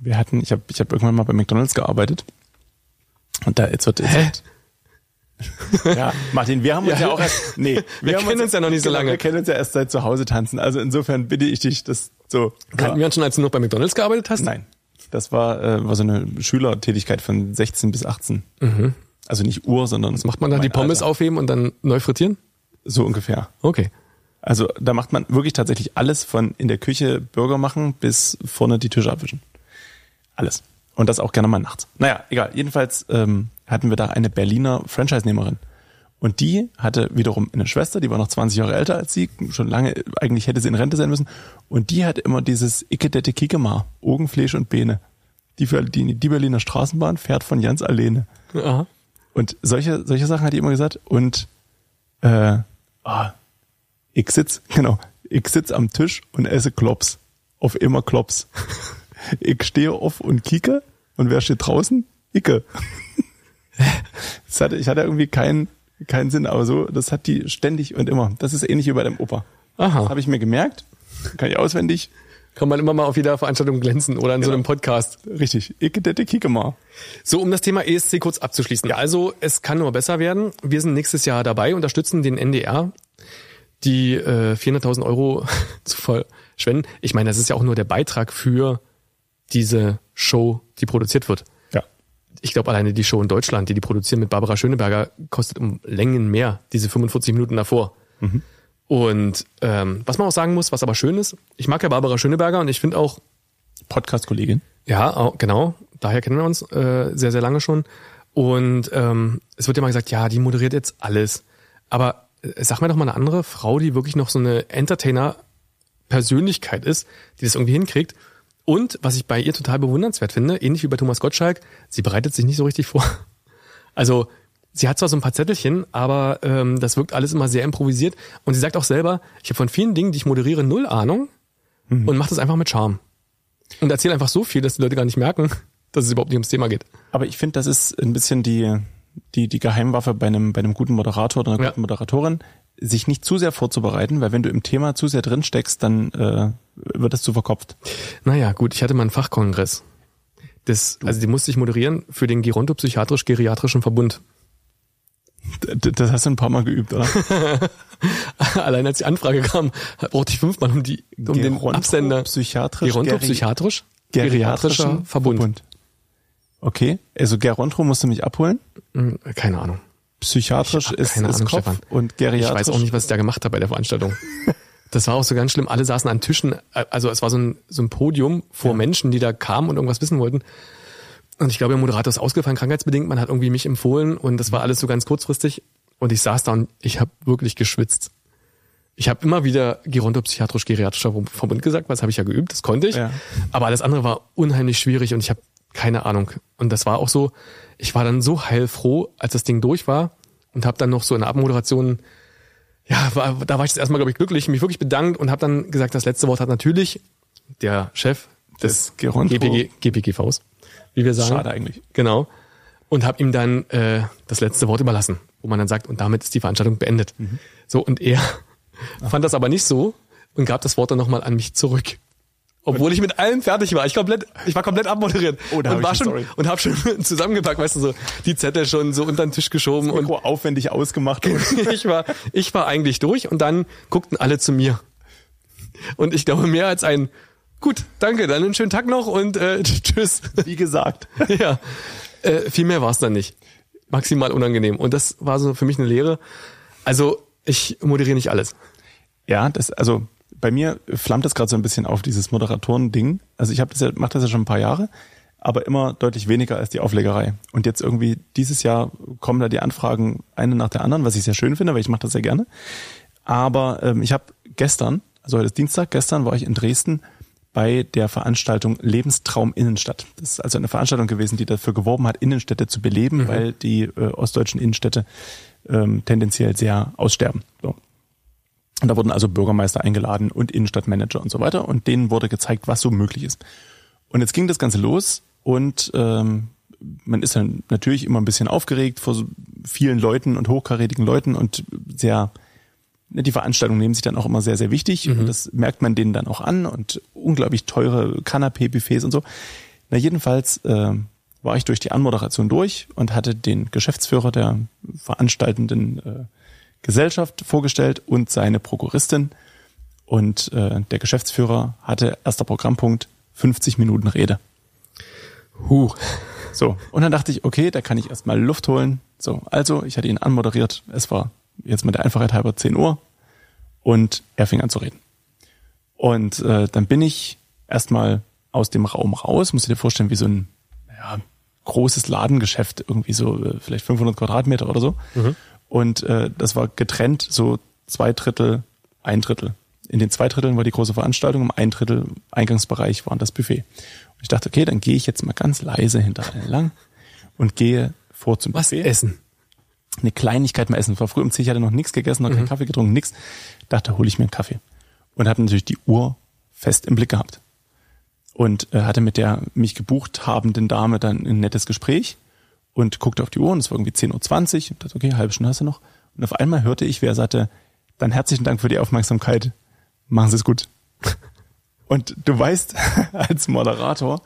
Wir hatten, ich habe ich hab irgendwann mal bei McDonalds gearbeitet. Und da, jetzt wird, jetzt Hä? Ja, Martin, wir haben uns ja, Ja. auch erst, nee, Wir haben genau, kennen uns ja noch nicht so lange. Wir kennen uns ja erst seit zu Hause tanzen. Also insofern bitte ich dich, das so. Kannten wir uns schon, als du noch bei McDonalds gearbeitet hast? Nein. Das war, äh, war so eine Schülertätigkeit von 16 bis 18. Also nicht Uhr, sondern. Mhm. Macht man dann die Pommes Alter. aufheben und dann neu frittieren? So ungefähr. Okay. Also da macht man wirklich tatsächlich alles von in der Küche Burger machen bis vorne die Tische abwischen. Alles. Und das auch gerne mal nachts. Naja, egal. Jedenfalls ähm, hatten wir da eine Berliner Franchise-Nehmerin. Und die hatte wiederum eine Schwester, die war noch 20 Jahre älter als sie, schon lange, eigentlich hätte sie in Rente sein müssen. Und die hat immer dieses Ikedette Kikemar, Augenfleisch und Bene. Die, für, die, die Berliner Straßenbahn fährt von Jans alleine. Aha. Und solche, solche Sachen hat die immer gesagt. Und äh, ah, ich sitz, genau, ich sitz am Tisch und esse Klops. Auf immer Klops. ich stehe auf und kicke und wer steht draußen? Icke. das hatte, ich hatte irgendwie keinen keinen Sinn, aber so, das hat die ständig und immer. Das ist ähnlich wie bei dem Opa. Aha. Habe ich mir gemerkt, kann ich auswendig. Kann man immer mal auf jeder Veranstaltung glänzen oder in so Genau. einem Podcast. Richtig, Icke dette kicke mal. So, um das Thema ESC kurz abzuschließen. Also, es kann nur besser werden. Wir sind nächstes Jahr dabei, unterstützen den NDR, die äh, 400.000 Euro zu verschwenden. Ich meine, das ist ja auch nur der Beitrag für diese Show, die produziert wird. Ja. Ich glaube, alleine die Show in Deutschland, die die produzieren mit Barbara Schöneberger, kostet um Längen mehr, diese 45 Minuten davor. Und ähm, was man auch sagen muss, was aber schön ist, ich mag ja Barbara Schöneberger und ich finde auch, Podcast-Kollegin. ja, au- genau. Daher kennen wir uns äh, sehr, sehr lange schon. Und ähm, es wird ja mal gesagt, ja, die moderiert jetzt alles. Aber äh, sag mir doch mal eine andere Frau, die wirklich noch so eine Entertainer-Persönlichkeit ist, die das irgendwie hinkriegt. Und was ich bei ihr total bewundernswert finde, ähnlich wie bei Thomas Gottschalk, sie bereitet sich nicht so richtig vor. Also sie hat zwar so ein paar Zettelchen, aber ähm, das wirkt alles immer sehr improvisiert. Und sie sagt auch selber, ich habe von vielen Dingen, die ich moderiere, null Ahnung und mache das einfach mit Charme. Und erzähle einfach so viel, dass die Leute gar nicht merken, dass es überhaupt nicht ums Thema geht. Aber ich finde, das ist ein bisschen die, die, die Geheimwaffe bei einem, bei einem guten Moderator oder einer Ja. guten Moderatorin, sich nicht zu sehr vorzubereiten, weil wenn du im Thema zu sehr drin steckst, dann äh, wird es zu verkopft. Naja, gut, ich hatte mal einen Fachkongress. Das, also die musste ich moderieren für den Gerontopsychiatrisch-Geriatrischen Verbund. D- Das hast du ein paar Mal geübt, oder? Allein als die Anfrage kam, brauchte ich fünfmal um, die, um den Absender. Psychiatrisch. Gerontopsychiatrisch-Geriatrischer Verbund. Okay, also Gerontro musst du mich abholen. Hm, Keine Ahnung. Psychiatrisch Ich hab ist, keine ist Ahnung, Kopf Stefan. und geriatrisch. Ich weiß auch nicht, was ich da gemacht habe bei der Veranstaltung. Das war auch so ganz schlimm. Alle saßen an Tischen, äh, also es war so ein, so ein Podium vor Menschen, die da kamen und irgendwas wissen wollten. Und ich glaube, der Moderator ist ausgefallen, krankheitsbedingt. Man hat irgendwie mich empfohlen und das war alles so ganz kurzfristig. Und ich saß da und ich habe wirklich geschwitzt. Ich habe immer wieder gerontopsychiatrisch-geriatrischer Verbund gesagt, weil das habe ich ja geübt, das konnte ich. Ja. Aber alles andere war unheimlich schwierig und ich habe keine Ahnung. Und das war auch so, ich war dann so heilfroh, als das Ding durch war und habe dann noch so in der Abmoderation, ja, war, da war ich jetzt erstmal, glaube ich, glücklich, mich wirklich bedankt und habe dann gesagt, das letzte Wort hat natürlich der Chef des Des Gerontro- GPG, GPGVs, wie wir sagen. Schade eigentlich. Genau. Und habe ihm dann äh, das letzte Wort überlassen, wo man dann sagt, und damit ist die Veranstaltung beendet. Mhm. So, und er fand das aber nicht so und gab das Wort dann nochmal an mich zurück. Obwohl ich mit allem fertig war. Ich, komplett, ich war komplett abmoderiert. Oh, da hab und ich war eine schon, Story. und habe schon zusammengepackt, weißt du, so die Zettel schon so unter den Tisch geschoben und Mikro aufwendig ausgemacht. Und ich war, ich war eigentlich durch und dann guckten alle zu mir. Und ich glaube mehr als ein, gut, danke, dann einen schönen Tag noch und äh, tschüss. wie gesagt, ja, äh, viel mehr war es dann nicht. Maximal unangenehm. Und das war so für mich eine Lehre. Also ich moderiere nicht alles. Ja, das, also bei mir flammt das gerade so ein bisschen auf, dieses Moderatoren-Ding. Also ich habe das ja, mache das ja schon ein paar Jahre, aber immer deutlich weniger als die Auflegerei. Und jetzt irgendwie dieses Jahr kommen da die Anfragen eine nach der anderen, was ich sehr schön finde, weil ich mache das sehr gerne. Aber ähm, ich habe gestern, also heute ist Dienstag, gestern war ich in Dresden bei der Veranstaltung Lebenstraum Innenstadt. Das ist also eine Veranstaltung gewesen, die dafür geworben hat, Innenstädte zu beleben, weil die äh, ostdeutschen Innenstädte ähm, tendenziell sehr aussterben. So. Und da wurden also Bürgermeister eingeladen und Innenstadtmanager und so weiter. Und denen wurde gezeigt, was so möglich ist. Und jetzt ging das Ganze los und ähm, man ist dann natürlich immer ein bisschen aufgeregt vor so vielen Leuten und hochkarätigen Leuten und sehr, ne, die Veranstaltungen nehmen sich dann auch immer sehr, sehr wichtig und das merkt man denen dann auch an und unglaublich teure Kanapé-Buffets und so. Na jedenfalls äh, war ich durch die Anmoderation durch und hatte den Geschäftsführer der veranstaltenden äh, Gesellschaft vorgestellt und seine Prokuristin. Und äh, der Geschäftsführer hatte erster Programmpunkt 50 Minuten Rede. Huh. So, und dann dachte ich, okay, da kann ich erstmal Luft holen. So, also ich hatte ihn anmoderiert. Es war jetzt mit der Einfachheit halber 10 Uhr. Und er fing an zu reden. Und äh, dann bin ich erstmal aus dem Raum raus, musst du dir vorstellen, wie so ein ja, großes Ladengeschäft, irgendwie so äh, vielleicht 500 Quadratmeter oder so. Und äh, das war getrennt, so zwei Drittel, ein Drittel. In den zwei Dritteln war die große Veranstaltung, im ein Drittel Eingangsbereich war das Buffet. Und ich dachte, okay, dann gehe ich jetzt mal ganz leise hinter allen lang und gehe vor zum Was? Buffet Essen. eine Kleinigkeit mal essen. Es war früh um 10, ich hatte noch nichts gegessen, noch keinen Kaffee getrunken, nichts. Dachte, hole ich mir einen Kaffee. Und habe natürlich die Uhr fest im Blick gehabt. Und äh, hatte mit der mich gebucht habenden Dame dann ein nettes Gespräch und guckte auf die Uhr und es war irgendwie 10.20 Uhr. Und dachte, okay, halbe Stunde hast du noch. Und auf einmal hörte ich, wer sagte, dann herzlichen Dank für die Aufmerksamkeit. Machen Sie es gut. Und du weißt, als Moderator,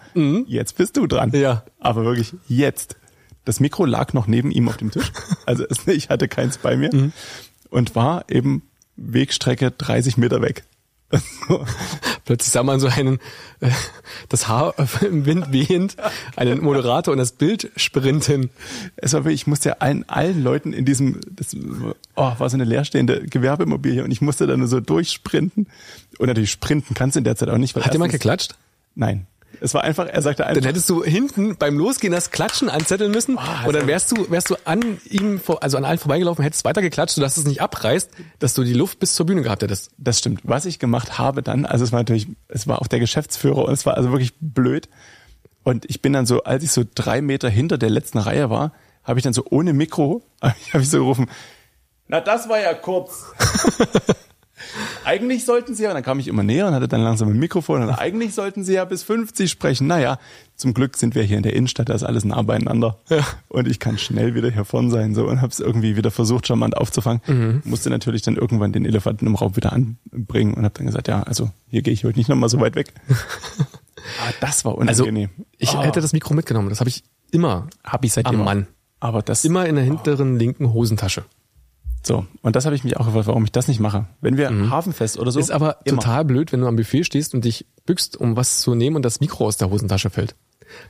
jetzt bist du dran. Ja. Aber wirklich jetzt. Das Mikro lag noch neben ihm auf dem Tisch. Also es- ich hatte keins bei mir und war eben Wegstrecke 30 Meter weg. Plötzlich sah man so einen, äh, das Haar im Wind wehend, einen Moderator und das Bild sprinten. Es war wirklich, ich musste ja allen, allen Leuten in diesem, das oh, war so eine leerstehende Gewerbeimmobilie und ich musste da nur so durchsprinten. Und natürlich sprinten kannst du in der Zeit auch nicht. Weil Hat jemand erstens- geklatscht? Nein. Es war einfach, er sagte einfach, Dann hättest du hinten beim Losgehen das Klatschen anzetteln müssen und dann wärst du, wärst du an ihm, vor, also an allen vorbeigelaufen, hättest weiter geklatscht, sodass es nicht abreißt, dass du die Luft bis zur Bühne gehabt hättest. das stimmt. Was ich gemacht habe dann, also es war natürlich, es war auch der Geschäftsführer und es war also wirklich blöd. Und ich bin dann so, als ich so drei Meter hinter der letzten Reihe war, habe ich dann so ohne Mikro, habe ich so gerufen, na das war ja kurz. eigentlich sollten sie ja, und dann kam ich immer näher und hatte dann langsam ein Mikrofon und eigentlich sollten sie ja bis 50 sprechen. Naja, zum Glück sind wir hier in der Innenstadt, da ist alles nah beieinander. Und ich kann schnell wieder hier vorn sein so und habe es irgendwie wieder versucht, charmant aufzufangen. Mhm. Musste natürlich dann irgendwann den Elefanten im Raum wieder anbringen und habe dann gesagt, ja, also hier gehe ich heute nicht nochmal so weit weg. Aber das war Also unangenehm. ich hätte das Mikro mitgenommen, das habe ich immer, Ah. Hab ich seitdem am auch. Mann. Aber das immer in der hinteren linken Hosentasche. so und das habe ich mich auch gefragt, warum ich das nicht mache. Wenn wir Hafenfest oder so Mhm. Ist aber immer. total blöd, wenn du am Buffet stehst und dich bückst, um was zu nehmen und das Mikro aus der Hosentasche fällt.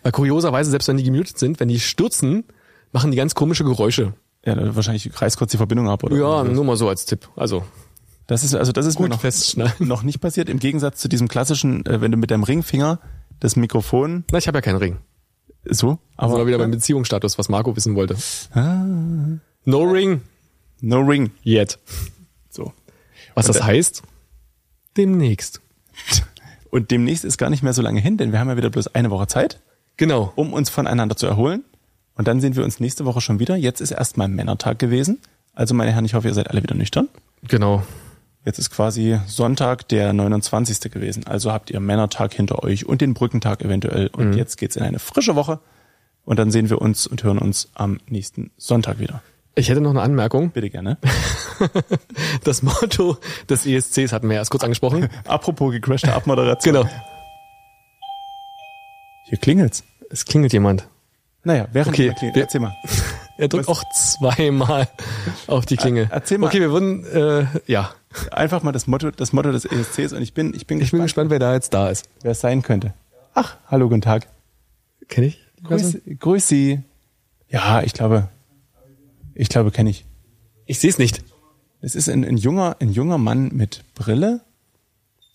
Weil kurioserweise, selbst wenn die gemutet sind, wenn die stürzen, machen die ganz komische Geräusche. ja dann wahrscheinlich reißt kurz die Verbindung ab oder Ja, nur mal so als Tipp. Also, Das ist also das ist mir Gut noch, festschneiden. noch nicht passiert. Im Gegensatz zu diesem klassischen, äh, wenn du mit deinem Ringfinger das Mikrofon na, ich habe ja keinen Ring. so, Aber aber Ah. wieder beim Beziehungsstatus, was Marco wissen wollte. No Ring no Ring. yet. So Was das heißt? Demnächst. und demnächst ist gar nicht mehr so lange hin, denn wir haben ja wieder bloß eine Woche Zeit, Genau. um uns voneinander zu erholen. Und dann sehen wir uns nächste Woche schon wieder. Jetzt ist erstmal Männertag gewesen. Also meine Herren, ich hoffe, ihr seid alle wieder nüchtern. Genau. Jetzt ist quasi Sonntag der 29. gewesen. Also habt ihr Männertag hinter euch und den Brückentag eventuell. Mhm. Und jetzt geht's in eine frische Woche. Und dann sehen wir uns und hören uns am nächsten Sonntag wieder. Ich hätte noch eine Anmerkung. Bitte gerne. Das Motto des ESCs hatten wir erst kurz angesprochen. Apropos gecrashte Abmoderation. Genau. Hier klingelt's. Es klingelt jemand. Naja, während Okay, immer klingelt. wir- Erzähl mal. Er drückt auch zweimal auf die Klingel. Er- erzähl mal. Okay, wir wurden, äh, ja. Einfach mal das Motto, das Motto des ESCs und ich bin, ich bin Ich bin gespannt, wer da jetzt da ist. wer es sein könnte. Ach, hallo, guten Tag. Kenn ich? die Grüß, Person? grüß Sie. Ja, ich glaube, ich glaube, kenne ich. Ich sehe es nicht. Es ist ein, ein junger, ein junger Mann mit Brille.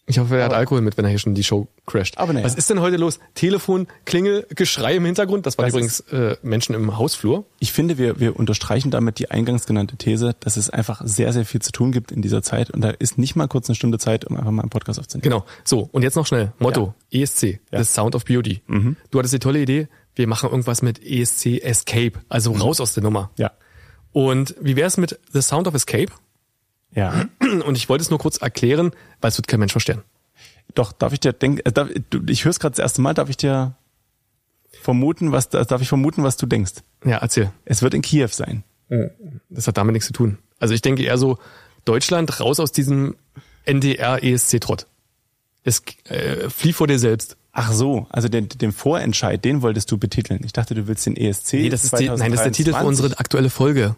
Ich hoffe, er hat Alkohol mit, wenn er hier schon die Show crasht. Aber naja. Was ist denn heute los? Telefon, Klingel, Geschrei im Hintergrund. Das waren Das übrigens äh, Menschen im Hausflur. Ich finde, wir, wir unterstreichen damit die eingangs genannte These, dass es einfach sehr, sehr viel zu tun gibt in dieser Zeit und da ist nicht mal kurz eine Stunde Zeit, um einfach mal einen Podcast aufzunehmen. Genau. So, und jetzt noch schnell. Motto, ESC, The Sound of Beauty. Du hattest die tolle Idee, wir machen irgendwas mit ESC Escape, also raus aus der Nummer. Ja. Und wie wär's mit The Sound of Escape? Ja. Und ich wollte es nur kurz erklären, weil es wird kein Mensch verstehen. Doch, darf ich dir denken, äh, darf, du, ich höre es gerade das erste Mal, darf ich dir vermuten, was, da- darf ich vermuten, was du denkst? Ja, erzähl. Es wird in Kiew sein. Das hat damit nichts zu tun. Also ich denke eher so, Deutschland raus aus diesem E NDR-ESC-Trott. Es äh, flieh vor dir selbst. Ach so, also den, den Vorentscheid, den wolltest du betiteln. Ich dachte, du willst den E ESC. Nee, das ist die, nein, das ist der Titel für unsere aktuelle Folge.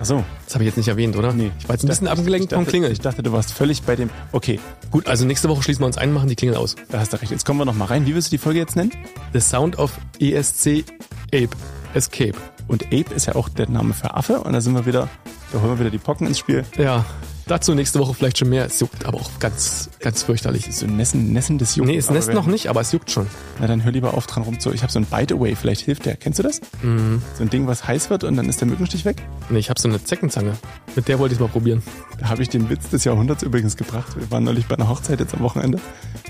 Ach so, Das habe ich jetzt nicht erwähnt, oder? nee. Ich war jetzt ein bisschen dachte- ich abgelenkt dachte, vom Klingel. Ich dachte, du warst völlig bei dem. Okay, Gut, also nächste Woche schließen wir uns ein, machen die Klingel aus. da hast du recht. Jetzt E kommen wir noch mal rein. Wie willst du die Folge jetzt nennen? The Sound of ESC Ape Escape. Und Ape ist ja auch der Name für Affe. Und da sind wir wieder, da holen wir wieder die Pocken ins Spiel. Ja, dazu nächste Woche vielleicht schon mehr. Es juckt aber auch ganz, ganz fürchterlich. So ein Nessen, Nessen des Jungen. Nee, es nässt noch nicht, aber es juckt schon. Na, dann hör lieber auf dran rum zu. Ich habe so ein Bite Away, vielleicht hilft der. Kennst du das? Mhm. So ein Ding, was heiß wird und dann ist der Mückenstich weg. Nee, ich habe so eine Zeckenzange. Mit der wollte ich mal probieren. Da habe ich den Witz des Jahrhunderts übrigens gebracht. Wir waren neulich bei einer Hochzeit jetzt am Wochenende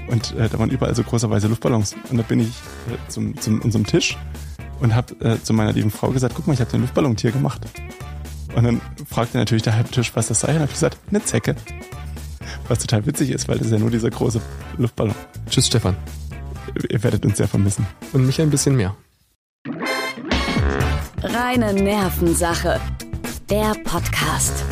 und äh, da waren überall so großerweise Luftballons. Und da bin ich äh, zum, zum unserem Tisch und habe äh, zu meiner lieben Frau gesagt, guck mal, ich habe den Luftballontier gemacht. Und dann fragte natürlich der halbe Tisch, was das sei. Und habe ich gesagt, eine Zecke. Was total witzig ist, weil das ist ja nur dieser große Luftballon. Tschüss, Stefan. Ihr werdet uns sehr vermissen. Und mich ein bisschen mehr. Reine Nervensache. Der Podcast.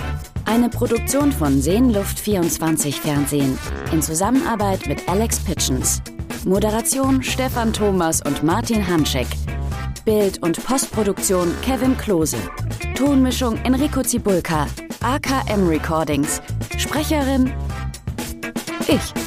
Eine Produktion von Seenluft24 Fernsehen in Zusammenarbeit mit Alex Pitchens. Moderation Stefan Thomas und Martin Hanschek. Bild- und Postproduktion Kevin Klose. Tonmischung Enrico Zibulka. AKM Recordings. Sprecherin ich.